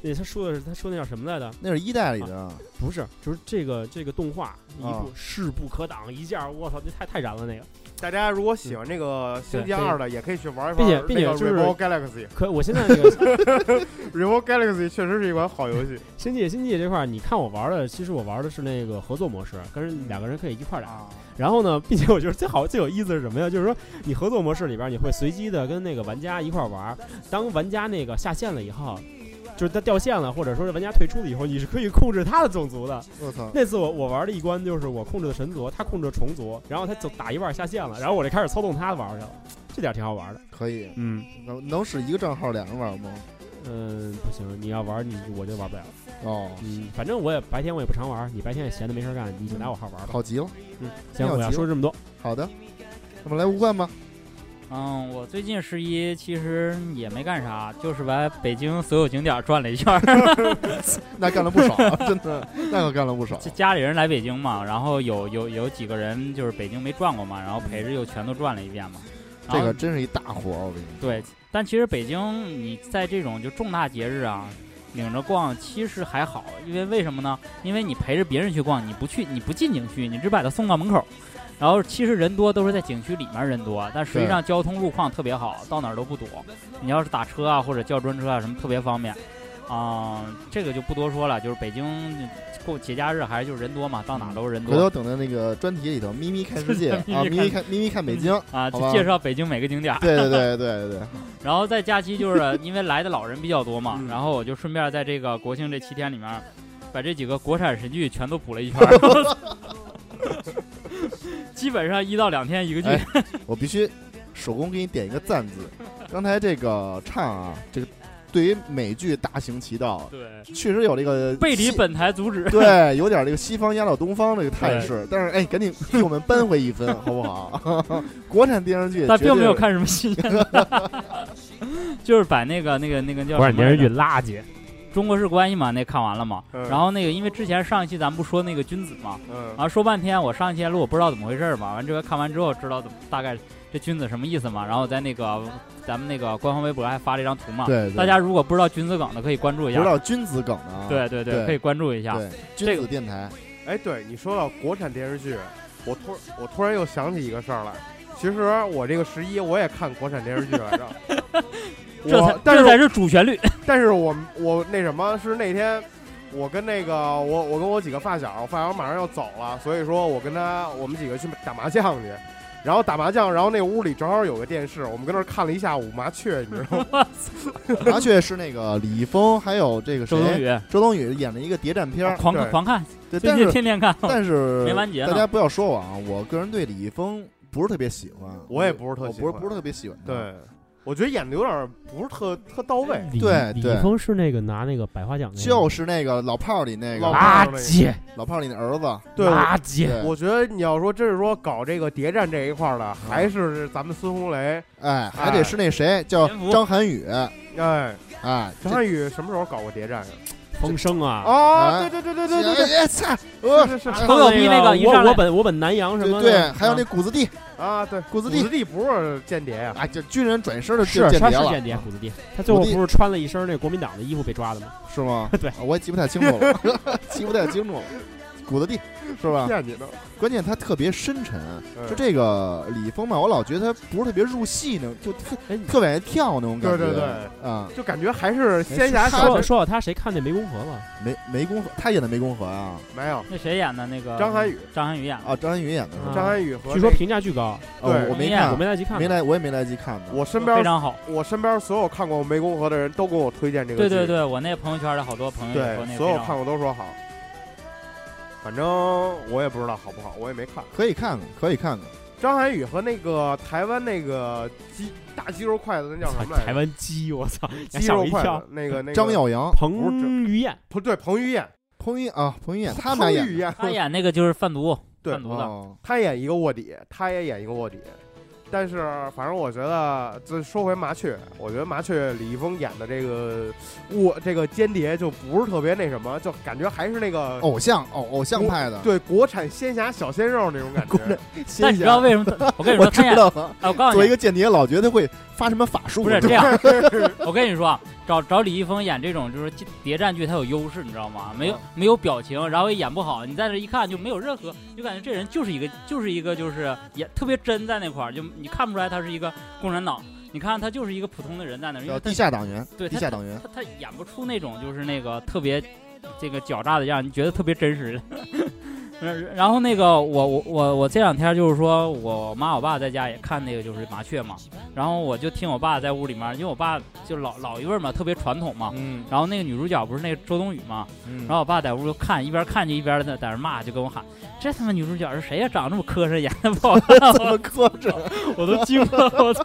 [SPEAKER 1] 那他说的是他说那叫什么来着？
[SPEAKER 2] 那是一代里的，
[SPEAKER 1] 不是，就是这个这个动画一
[SPEAKER 2] 啊
[SPEAKER 1] 部势不可挡，一下我操，那太太燃了那个。
[SPEAKER 3] 大家如果喜欢这
[SPEAKER 1] 嗯
[SPEAKER 3] 个星际二的，也可以去玩一玩，
[SPEAKER 1] 并且并且
[SPEAKER 3] 那个
[SPEAKER 1] 就是
[SPEAKER 3] Rebel Galaxy。
[SPEAKER 1] 可我现在那个 [laughs]
[SPEAKER 3] Revo Galaxy 确实是一款好游戏，
[SPEAKER 1] 星际星际这块儿，你看我玩的，其实我玩的是那个合作模式，跟人两个人可以一块儿打。
[SPEAKER 4] 啊，
[SPEAKER 1] 然后呢，并且我觉得最好最有意思是什么呀？就是说你合作模式里边，你会随机的跟那个玩家一块儿玩儿。当玩家那个下线了以后，就是他掉线了，或者说是玩家退出了以后，你是可以控制他的种族的。
[SPEAKER 2] 我操，
[SPEAKER 1] 那次我我玩的一关就是我控制的神族，他控制的虫族，然后他走打一半下线了，然后我就开始操纵他玩儿去了，这点儿挺好玩儿的。
[SPEAKER 2] 可以
[SPEAKER 1] 嗯
[SPEAKER 2] 能能使一个账号两人玩吗？
[SPEAKER 1] 嗯，不行，你要玩儿你我就玩不了。
[SPEAKER 2] 哦，
[SPEAKER 1] 嗯，反正我也白天我也不常玩儿，你白天也闲的没事儿干，你就拿我号玩儿吧。
[SPEAKER 2] 好极了，
[SPEAKER 1] 行，我要说这么多。
[SPEAKER 2] 好的，那么来吴冠吧，
[SPEAKER 4] 嗯，我最近十一其实也没干啥，就是把北京所有景点转了一圈儿。
[SPEAKER 2] [laughs] 那干了
[SPEAKER 4] [laughs]
[SPEAKER 2] 不少，真的，那可干了不少。
[SPEAKER 4] 家家里人来北京嘛，然后有有有几个人就是北京没转过嘛，然后陪着又全都转了一遍嘛。然
[SPEAKER 2] 这
[SPEAKER 4] 后
[SPEAKER 2] 个真是一大活儿，我跟你说。
[SPEAKER 4] 啊对，但其实北京你在这种就重大节日啊，领着逛其实还好，因为为什么呢？因为你陪着别人去逛，你不去，你不进景区，你只把他送到门口，然后其实人多都是在景区里面人多，但实际上交通路况特别好，到哪儿都不堵。你要是打车啊或者叫专车啊什么特别方便。啊、这个就不多说了，就是北京呃过节假日还是就是人多嘛，到哪儿都是人
[SPEAKER 2] 嗯回头
[SPEAKER 4] 多
[SPEAKER 2] 等到那个专题里头，咪咪看世界
[SPEAKER 4] [laughs] 咪咪
[SPEAKER 2] 啊，
[SPEAKER 4] 看
[SPEAKER 2] 咪咪看咪咪看北京，
[SPEAKER 4] 啊，
[SPEAKER 2] 好
[SPEAKER 4] 就
[SPEAKER 2] 吧
[SPEAKER 4] 介绍北京每个景点儿。
[SPEAKER 2] 对对对对对对，
[SPEAKER 4] 然后在假期就
[SPEAKER 3] [laughs]
[SPEAKER 4] 是因为来的老人比较多嘛
[SPEAKER 3] 嗯，
[SPEAKER 4] 然后我就顺便在这个国庆这七天里面，把这几个国产神剧全都补了一圈
[SPEAKER 3] [laughs]
[SPEAKER 4] 儿，基本上一到两天一个剧。
[SPEAKER 2] 哎我必须手工给你点一个赞字。刚才这个唱啊，这个对于美剧大行其道，
[SPEAKER 4] 对，
[SPEAKER 2] 确实有这个
[SPEAKER 4] 背离
[SPEAKER 2] [laughs] 西
[SPEAKER 4] 本台主旨。
[SPEAKER 2] 对，有点这个西方压倒东方这个态势。但是哎，赶紧替我们扳回一分，好不好？ [laughs] 国产电视剧，
[SPEAKER 4] 但并没有。看什么新鲜的， [laughs] 就是把那个那个那个叫
[SPEAKER 1] 国
[SPEAKER 4] 什
[SPEAKER 1] 产电
[SPEAKER 4] 么
[SPEAKER 1] 视
[SPEAKER 4] 来
[SPEAKER 1] 剧
[SPEAKER 4] 着
[SPEAKER 1] 垃圾，
[SPEAKER 4] 《中国式关系》嘛，那看完了嘛。
[SPEAKER 3] 嗯
[SPEAKER 4] 然后那个，因为之前上一期咱们不说那个君子嘛，
[SPEAKER 3] 嗯
[SPEAKER 4] 然后说半天，我上一期录我不知道怎么回事儿嘛，完这回看完之后知道怎么大概这君子什么意思嘛，然后在那个咱们那个官方微博还发了一张图嘛，
[SPEAKER 2] 对，对
[SPEAKER 4] 大家如果不知道君子梗的可以关注一
[SPEAKER 2] 不
[SPEAKER 4] 下，
[SPEAKER 2] 知道君子梗的啊？
[SPEAKER 4] 对对
[SPEAKER 2] 对
[SPEAKER 4] 可以关注一下，
[SPEAKER 2] 对，
[SPEAKER 4] 这
[SPEAKER 2] 君
[SPEAKER 4] 个
[SPEAKER 2] 子电台。
[SPEAKER 3] 哎，对你说到国产电视剧，我突我突然又想起一个事儿来。其实我这个十一我也看国产电视剧来
[SPEAKER 1] [laughs]
[SPEAKER 3] 着，
[SPEAKER 4] 这才
[SPEAKER 3] 我但
[SPEAKER 4] 这才
[SPEAKER 3] 是
[SPEAKER 4] 是主旋律，
[SPEAKER 3] 但是我我那什么是那天。我跟那个我我跟我几个发小，我发小马上要走了，所以说我跟他我们几个去打麻将去，然后打麻将，然后那屋里正好有个电视，我们跟那儿看了一下午麻雀，你知道吗？
[SPEAKER 2] 麻雀是那个李易峰，还有这个
[SPEAKER 4] 周冬
[SPEAKER 2] 谁，
[SPEAKER 4] 雨，
[SPEAKER 2] 周冬雨演了一个谍战片儿。
[SPEAKER 4] 狂
[SPEAKER 3] 对
[SPEAKER 4] 狂看，
[SPEAKER 2] 对，
[SPEAKER 4] 最
[SPEAKER 2] 但
[SPEAKER 4] 近
[SPEAKER 2] 是
[SPEAKER 4] 天天看，
[SPEAKER 2] 但是
[SPEAKER 4] 没完结呢
[SPEAKER 2] 大家不要说我啊，我个人对李易峰不是特别喜欢，
[SPEAKER 3] 我也不是特
[SPEAKER 2] 我
[SPEAKER 3] 喜
[SPEAKER 2] 不是
[SPEAKER 3] 欢
[SPEAKER 2] 不是特别喜欢他。
[SPEAKER 3] 对，我觉得演的有点儿不是特特到位，
[SPEAKER 1] 李
[SPEAKER 2] 对
[SPEAKER 1] 李
[SPEAKER 2] 对
[SPEAKER 1] 易峰是那个拿那个百花奖那个
[SPEAKER 2] 就
[SPEAKER 1] 吗
[SPEAKER 2] 是那个老炮儿里那
[SPEAKER 3] 老
[SPEAKER 2] 个
[SPEAKER 3] 炮儿
[SPEAKER 1] 垃圾
[SPEAKER 2] 老炮儿里的儿子，
[SPEAKER 3] 对，
[SPEAKER 1] 垃圾，
[SPEAKER 2] 对
[SPEAKER 3] 我觉得你要说真是说搞这个谍战这一块儿的，还是咱们孙红雷，
[SPEAKER 2] 哎，还得是那谁叫
[SPEAKER 4] 田福
[SPEAKER 2] 张涵予，
[SPEAKER 3] 哎，
[SPEAKER 2] 哎，
[SPEAKER 3] 张
[SPEAKER 2] 这
[SPEAKER 3] 涵予什么时候搞过谍战呀？
[SPEAKER 1] 风声啊，
[SPEAKER 3] 哦，
[SPEAKER 2] 哎
[SPEAKER 3] 对对对对对对
[SPEAKER 2] 哎哎操，
[SPEAKER 3] 对，
[SPEAKER 2] 呃，
[SPEAKER 3] 是是是
[SPEAKER 1] 还有
[SPEAKER 4] 侯友谊那个一上
[SPEAKER 1] 啊我
[SPEAKER 4] 来
[SPEAKER 1] 我本我本南洋什么
[SPEAKER 2] 对
[SPEAKER 1] 的，
[SPEAKER 2] 对，还有
[SPEAKER 1] 啊
[SPEAKER 2] 那谷子地，
[SPEAKER 3] 啊，对，
[SPEAKER 2] 谷
[SPEAKER 3] 谷
[SPEAKER 2] 子地，
[SPEAKER 3] 地不是间谍呀，
[SPEAKER 2] 哎，就军人转身就是间谍
[SPEAKER 1] 他是
[SPEAKER 2] 了，
[SPEAKER 1] 间谍，虎子弟，他最后
[SPEAKER 2] 虎子弟
[SPEAKER 1] 不是穿了一身那国民党的衣服被抓的吗？
[SPEAKER 2] 是吗？
[SPEAKER 1] 对
[SPEAKER 2] 啊我也记不太清楚了， [laughs] 记不太清楚了，谷子地是吧？
[SPEAKER 3] 骗你呢。
[SPEAKER 2] 关键他特别深沉，啊
[SPEAKER 3] 嗯
[SPEAKER 2] 就这个李易峰吧，我老觉得他不是特别入戏呢，就特
[SPEAKER 1] 哎，
[SPEAKER 2] 特往外跳那种感觉。
[SPEAKER 3] 对对对
[SPEAKER 2] 啊，
[SPEAKER 3] 就感觉还是仙侠
[SPEAKER 1] 说
[SPEAKER 3] 小
[SPEAKER 1] 到
[SPEAKER 3] 说
[SPEAKER 1] 说到他，谁看那湄公河了？
[SPEAKER 2] 湄湄公河，他演的湄公河啊，
[SPEAKER 3] 没有
[SPEAKER 4] 那谁演的那个
[SPEAKER 3] 张涵予，
[SPEAKER 4] 张涵予演的，
[SPEAKER 2] 啊，张涵予演的是吧？
[SPEAKER 1] 啊
[SPEAKER 3] 张涵予和
[SPEAKER 1] 据说
[SPEAKER 3] 那
[SPEAKER 1] 评价巨高，
[SPEAKER 2] 哦
[SPEAKER 3] 对
[SPEAKER 2] 我没
[SPEAKER 4] 张涵
[SPEAKER 2] 看，
[SPEAKER 4] 予
[SPEAKER 1] 我没来得及看呢，
[SPEAKER 2] 没来，我也没来得及看呢。
[SPEAKER 3] 我身
[SPEAKER 4] 非
[SPEAKER 3] 边
[SPEAKER 4] 常好。
[SPEAKER 3] 我身边所有看过湄公河的人都跟我推荐这个
[SPEAKER 4] 对
[SPEAKER 3] 剧，
[SPEAKER 4] 对对，我那朋友圈里好多朋友也说那
[SPEAKER 3] 对，
[SPEAKER 4] 个
[SPEAKER 3] 所
[SPEAKER 4] 非
[SPEAKER 3] 有
[SPEAKER 4] 常
[SPEAKER 3] 看
[SPEAKER 4] 好。
[SPEAKER 3] 过都说好。反正我也不知道好不好，我也没看。
[SPEAKER 2] 可以看看，可以看看。
[SPEAKER 3] 张涵予和那个台湾那个鸡大鸡肉筷子，那叫什么来着？
[SPEAKER 1] 台湾鸡，我操，
[SPEAKER 3] 鸡
[SPEAKER 1] 吓
[SPEAKER 3] 肉
[SPEAKER 1] 我一
[SPEAKER 3] 筷
[SPEAKER 1] 跳
[SPEAKER 3] 子，。那个那个
[SPEAKER 2] 张耀扬、
[SPEAKER 3] 不是
[SPEAKER 1] 彭于晏，
[SPEAKER 3] 不对，彭于晏，
[SPEAKER 2] 彭于啊，彭于晏，他们
[SPEAKER 3] 彭
[SPEAKER 2] 俩
[SPEAKER 3] 于
[SPEAKER 2] 演的。
[SPEAKER 3] 晏，
[SPEAKER 4] 他演那个就是贩毒，
[SPEAKER 3] 对啊
[SPEAKER 4] 贩毒的，
[SPEAKER 2] 哦，
[SPEAKER 3] 他演一个卧底，他也演一个卧底。但是反正我觉得，这说回麻雀，我觉得麻雀李易峰演的这个卧这个间谍就不是特别那什么，就感觉还是那个、
[SPEAKER 2] 偶像偶偶像派的。
[SPEAKER 3] 对国产仙侠小鲜肉那种感
[SPEAKER 2] [laughs] 国
[SPEAKER 3] 觉。
[SPEAKER 2] 新
[SPEAKER 4] 但你知道为什么
[SPEAKER 3] 啊
[SPEAKER 4] 他？啊我跟你
[SPEAKER 2] 我
[SPEAKER 4] 说，
[SPEAKER 2] 知
[SPEAKER 4] 他演，
[SPEAKER 2] 道了，
[SPEAKER 4] 哎，我告诉
[SPEAKER 2] 作为一
[SPEAKER 4] 你，
[SPEAKER 2] 个间谍，老觉得他会发什么法术。
[SPEAKER 4] 不是
[SPEAKER 2] 就
[SPEAKER 4] 这样。我跟你说啊，找找李易峰演这种就是谍战剧，他有优势，你知道吗？没有
[SPEAKER 2] 嗯
[SPEAKER 4] 没有表情，然后也演不好，你在这一看就没有任何，就感觉这人就是一个就是一个就是也特别真在那块儿，就你看不出来他是一个共产党，你看他就是一个普通的人在那儿，因
[SPEAKER 2] 叫
[SPEAKER 4] 为
[SPEAKER 2] 地
[SPEAKER 4] 他
[SPEAKER 2] 下党员，
[SPEAKER 4] 对
[SPEAKER 2] 地
[SPEAKER 4] 他啊
[SPEAKER 2] 下党员。
[SPEAKER 4] 他他演不出那种就是那个特别这个狡诈的样，你觉得特别真实。 [laughs] 然然后那个我我我我这两天就是说我妈我爸在家也看那个就是麻雀嘛，然后我就听我爸在屋里面，因为我爸就老老一辈儿嘛，特别传统嘛。
[SPEAKER 2] 嗯，
[SPEAKER 4] 然后那个女主角不是那个周冬雨嘛，
[SPEAKER 3] 嗯
[SPEAKER 2] 然
[SPEAKER 4] 然后我爸在屋就看，一边看就一边在在那骂，就跟我喊：“这他妈女主角是谁呀、长这么磕碜，演的 [laughs] 不好看，
[SPEAKER 2] 怎么搁着？
[SPEAKER 4] 我都惊了，我操！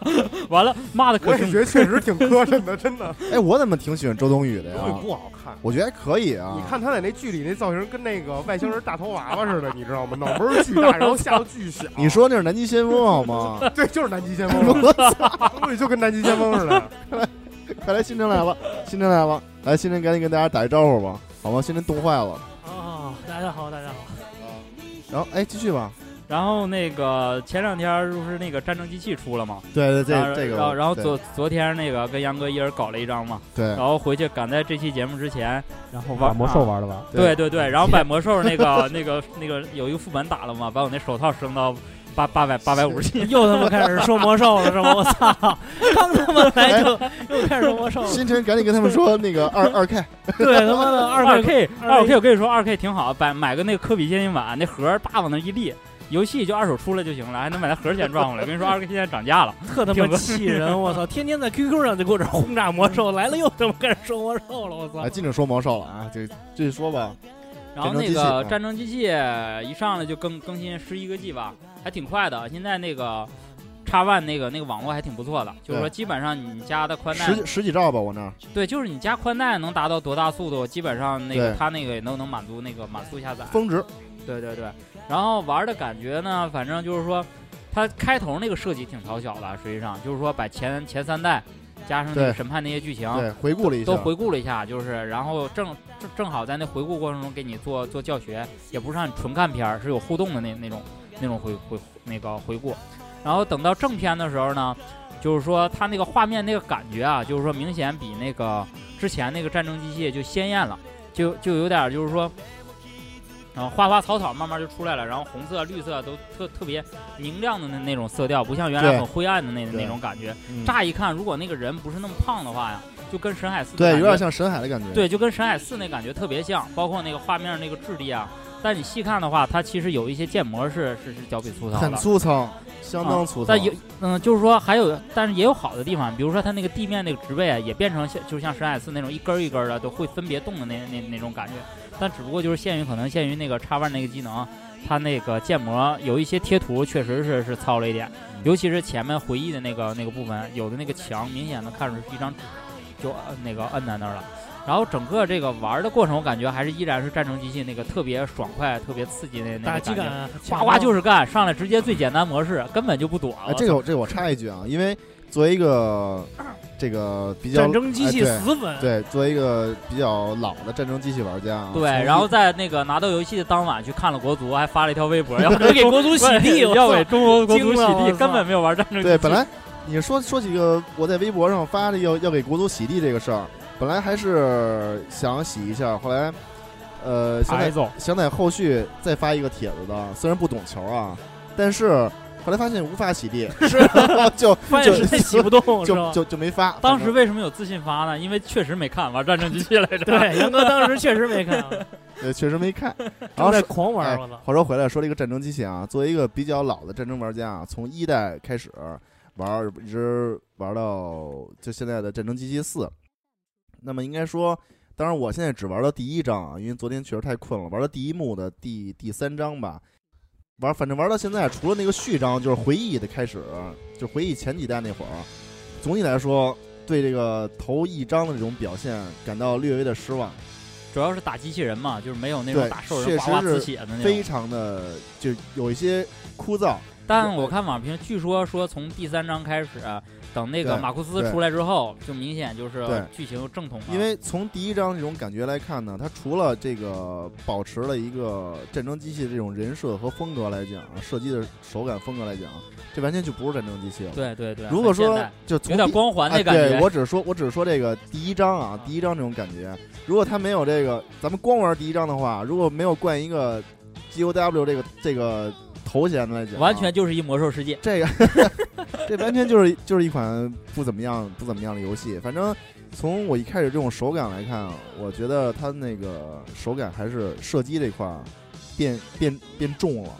[SPEAKER 4] 完了，骂的
[SPEAKER 3] 我
[SPEAKER 4] 可
[SPEAKER 3] 也
[SPEAKER 4] 凶
[SPEAKER 3] 觉得确实挺磕碜的，真的。
[SPEAKER 2] [laughs] 哎，我怎么挺喜欢周冬雨的
[SPEAKER 3] 刘宇
[SPEAKER 2] 呀？
[SPEAKER 3] 不好看。
[SPEAKER 2] 我觉得还可以啊。
[SPEAKER 3] 你看他在那剧里那造型跟那个外星人大头娃娃似的，你知道吗？脑门儿
[SPEAKER 2] [laughs]
[SPEAKER 3] 巨大，然后下巴巨小。
[SPEAKER 2] 你说那是南极先锋好吗？ [laughs]
[SPEAKER 3] 对，就是 [laughs] 南极先锋，估计就跟南极先锋似的。
[SPEAKER 2] 快来新城来了，新城来了，来新城赶紧跟大家打一招呼吧，好吗？新城冻坏了。
[SPEAKER 5] 啊，大家好，大家好。
[SPEAKER 2] 然后哎，继续吧。
[SPEAKER 4] 然后那个前两天儿不是那个战争机器出了嘛，
[SPEAKER 2] 对对，
[SPEAKER 4] 然
[SPEAKER 2] 这
[SPEAKER 4] 后
[SPEAKER 2] 这个
[SPEAKER 4] 然后
[SPEAKER 2] 我，
[SPEAKER 4] 然后
[SPEAKER 2] 对哎
[SPEAKER 4] 昨昨天那个跟杨哥一人搞了一张嘛，
[SPEAKER 2] 对
[SPEAKER 4] 然后回去赶在这期节目之前，
[SPEAKER 1] 然后
[SPEAKER 4] 玩啊
[SPEAKER 1] 玩魔兽玩的
[SPEAKER 5] 啊
[SPEAKER 1] 吧？
[SPEAKER 4] [laughs] 对对对，然后把魔兽那个那个那个有一个副本打了嘛，把我那手套升到八八百八百五十七，
[SPEAKER 5] 又他妈开始说魔兽了是吗？我操，刚他妈来就
[SPEAKER 2] 哎
[SPEAKER 5] 又开始说魔兽了，
[SPEAKER 2] 星辰赶紧跟他们说那个二二 K，
[SPEAKER 5] 对他妈的二
[SPEAKER 4] 二
[SPEAKER 5] K，
[SPEAKER 4] K
[SPEAKER 5] 二
[SPEAKER 4] 二
[SPEAKER 5] K
[SPEAKER 4] K 我跟你说，二 K 挺好，买买个那个科比接近碗，那盒儿叭往那一立，游戏就二手出来就行了，还能把那盒儿钱赚回来。跟你说，二 K 现在涨价了，
[SPEAKER 5] 特他妈气人！我操，天天在 QQ 上就给我这儿轰炸魔兽，来了又他妈开始说魔兽了！我操
[SPEAKER 2] 啊，，禁止说魔兽了啊，这继续说吧。
[SPEAKER 4] 然后
[SPEAKER 2] 战争
[SPEAKER 4] 那
[SPEAKER 2] 机器
[SPEAKER 4] 个
[SPEAKER 2] 嗯
[SPEAKER 4] 战争机器一上来就更更新十一个 G 吧，还挺快的。现在那个 X One 那个那个网络还挺不错的，就是说基本上你加的宽带
[SPEAKER 2] 十几十几兆吧，我那儿
[SPEAKER 4] 对，就是你加宽带能达到多大速度，基本上那个
[SPEAKER 2] 对
[SPEAKER 4] 它那个也能能满足那个满速下载。
[SPEAKER 2] 峰值，
[SPEAKER 4] 对对对，然后玩的感觉呢，反正就是说，它开头那个设计挺讨巧的，实际上就是说把前前三代加上那
[SPEAKER 2] 对
[SPEAKER 4] 个审判那些剧情
[SPEAKER 2] 对，回顾了一下
[SPEAKER 4] 啊都，回顾了一下，就是然后正正正好在那回顾过程中给你做做教学，也不是让你纯看片儿，是有互动的那那种那种回回那个回顾。然后等到正片的时候呢，就是说它那个画面那个感觉啊，就是说明显比那个之前那个战争机械就鲜艳了，就就有点儿就是说。然后花花草草慢慢就出来了，然后红色、绿色都特特别明亮的那那种色调，不像原来
[SPEAKER 2] 对
[SPEAKER 4] 很灰暗的那
[SPEAKER 2] 对
[SPEAKER 4] 那种感觉。
[SPEAKER 2] 嗯
[SPEAKER 4] 乍一看，如果那个人不是那么胖的话呀，就跟沈海四的
[SPEAKER 2] 对，
[SPEAKER 4] 感
[SPEAKER 2] 有
[SPEAKER 4] 觉
[SPEAKER 2] 点像神海的感觉。，
[SPEAKER 4] 对，就跟沈海四那感觉特别像，包括那个画面那个质地啊。但你细看的话，它其实有一些建模是是是脚比粗糙
[SPEAKER 2] 很
[SPEAKER 4] 的，
[SPEAKER 2] 粗糙，相当粗糙
[SPEAKER 4] 但。有嗯，就是说还有，但是也有好的地方，比如说它那个地面那个植被啊，也变成像就像沈海四那种一根儿一根儿的都会分别动的那那那种感觉，但只不过就是限于可能限于那个叉 one 那个机能，它那个建模有一些贴图确实是是糙了一点，尤其是前面回忆的那个那个部分，有的那个墙明显能看出是一张纸，就呃那个摁在那儿了。然后整个这个玩儿的过程，我感觉还是依然是战争机器那个特别爽快、特别刺激的那那
[SPEAKER 5] 打
[SPEAKER 4] 个
[SPEAKER 5] 击
[SPEAKER 4] 感觉，
[SPEAKER 5] 感，
[SPEAKER 4] 呱呱 [laughs] 就是是干，上来直接最简单模式，根本就不躲
[SPEAKER 2] 哎，。这个我这个我插一句啊，因为作为一个这个比较
[SPEAKER 5] 战争机器
[SPEAKER 2] 哎
[SPEAKER 5] 死粉，
[SPEAKER 2] 对对，作为一个比较老的战争机器玩家啊，
[SPEAKER 4] 对，
[SPEAKER 2] 从
[SPEAKER 4] 然后在那个拿到游戏的当晚去看了国足，还发了一条微
[SPEAKER 5] [laughs]
[SPEAKER 4] 博，要
[SPEAKER 5] 要给国足洗地，我
[SPEAKER 4] 要
[SPEAKER 5] 操
[SPEAKER 4] 给中国国
[SPEAKER 5] 惊
[SPEAKER 4] 足洗
[SPEAKER 5] 了我
[SPEAKER 4] 地，
[SPEAKER 5] 操
[SPEAKER 4] 根本没有玩战争机器。
[SPEAKER 2] 对，本来你说说起个我在微博上发的要要给国足洗地这个事儿，本来还是想洗一下，后来呃想
[SPEAKER 1] 挨
[SPEAKER 2] 在
[SPEAKER 1] 揍，
[SPEAKER 2] 想在后续再发一个帖子的，虽然不懂球啊，但是后来发现无法洗地，是 [laughs] 就
[SPEAKER 5] [laughs] 发现
[SPEAKER 2] 就
[SPEAKER 5] 实在洗
[SPEAKER 2] 就
[SPEAKER 5] 不动，是
[SPEAKER 2] [laughs] 就
[SPEAKER 5] 吧？
[SPEAKER 2] 就就没发。
[SPEAKER 4] 当时
[SPEAKER 2] 反正
[SPEAKER 4] 为什么有自信发呢？因为确实没看玩战争机器来着。
[SPEAKER 5] 对，杨哥当时确
[SPEAKER 4] [laughs]
[SPEAKER 5] 实没看，
[SPEAKER 2] 呃确实没
[SPEAKER 5] [laughs]
[SPEAKER 2] 看，然
[SPEAKER 5] 正
[SPEAKER 2] 后
[SPEAKER 5] 在
[SPEAKER 2] 是。
[SPEAKER 5] 狂玩，
[SPEAKER 2] 哎
[SPEAKER 5] 我操！
[SPEAKER 2] 话说回来，说这个战争机器啊，作为一个比较老的战争玩家啊，从一代开始玩儿，一直玩到就现在的战争机器四。那么应该说，当然我现在只玩到第一章啊，因为昨天确实太困了，玩到第一幕的第第三章吧。玩，反正玩到现在，除了那个序章，就是回忆的开始，就回忆前几代那会儿。总体来说，对这个头一章的这种表现感到略微的失望。
[SPEAKER 4] 主要是打机器人嘛，就是没有那种
[SPEAKER 2] 对
[SPEAKER 4] 打兽
[SPEAKER 2] 确
[SPEAKER 4] 人
[SPEAKER 2] 实
[SPEAKER 4] 呱呱
[SPEAKER 2] 是
[SPEAKER 4] 滋血的那
[SPEAKER 2] 非
[SPEAKER 4] 种。
[SPEAKER 2] 常的就有一些枯燥。
[SPEAKER 4] 但我看网评，据说说从第三章开始，啊等那个
[SPEAKER 2] 对
[SPEAKER 4] 马库斯
[SPEAKER 2] 对
[SPEAKER 4] 出来之后，就明显就是
[SPEAKER 2] 对
[SPEAKER 4] 剧情正统了。
[SPEAKER 2] 因为从第一章这种感觉来看呢，它除了这个保持了一个战争机器的这种人设和风格来讲，射击的手感风格来讲，这完全就不是战争机器了。
[SPEAKER 4] 对对对，
[SPEAKER 2] 如果
[SPEAKER 4] 很现
[SPEAKER 2] 说
[SPEAKER 4] 代
[SPEAKER 2] 就从
[SPEAKER 4] 有点
[SPEAKER 2] 第
[SPEAKER 4] 光环
[SPEAKER 2] 哎
[SPEAKER 4] 那感觉
[SPEAKER 2] 对，我只是说，我只是说这个第一章啊，第一章这种感觉。如果他没有这个，咱们光玩第一章的话，如果没有冠一个 G O W 这个这个头衔来讲啊，
[SPEAKER 4] 完全就是一魔兽世界。
[SPEAKER 2] 这个这完全就是就是一款不怎么样不怎么样的游戏。反正从我一开始这种手感来看，啊我觉得它那个手感还是射击这块儿变变变重了，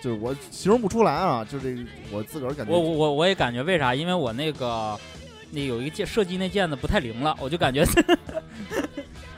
[SPEAKER 2] 就是我形容不出来啊，就这我自个儿感觉
[SPEAKER 4] 我我我我也感觉为啥？因为我那个那有一个键射击那键子不太灵了，我就感 [laughs] 觉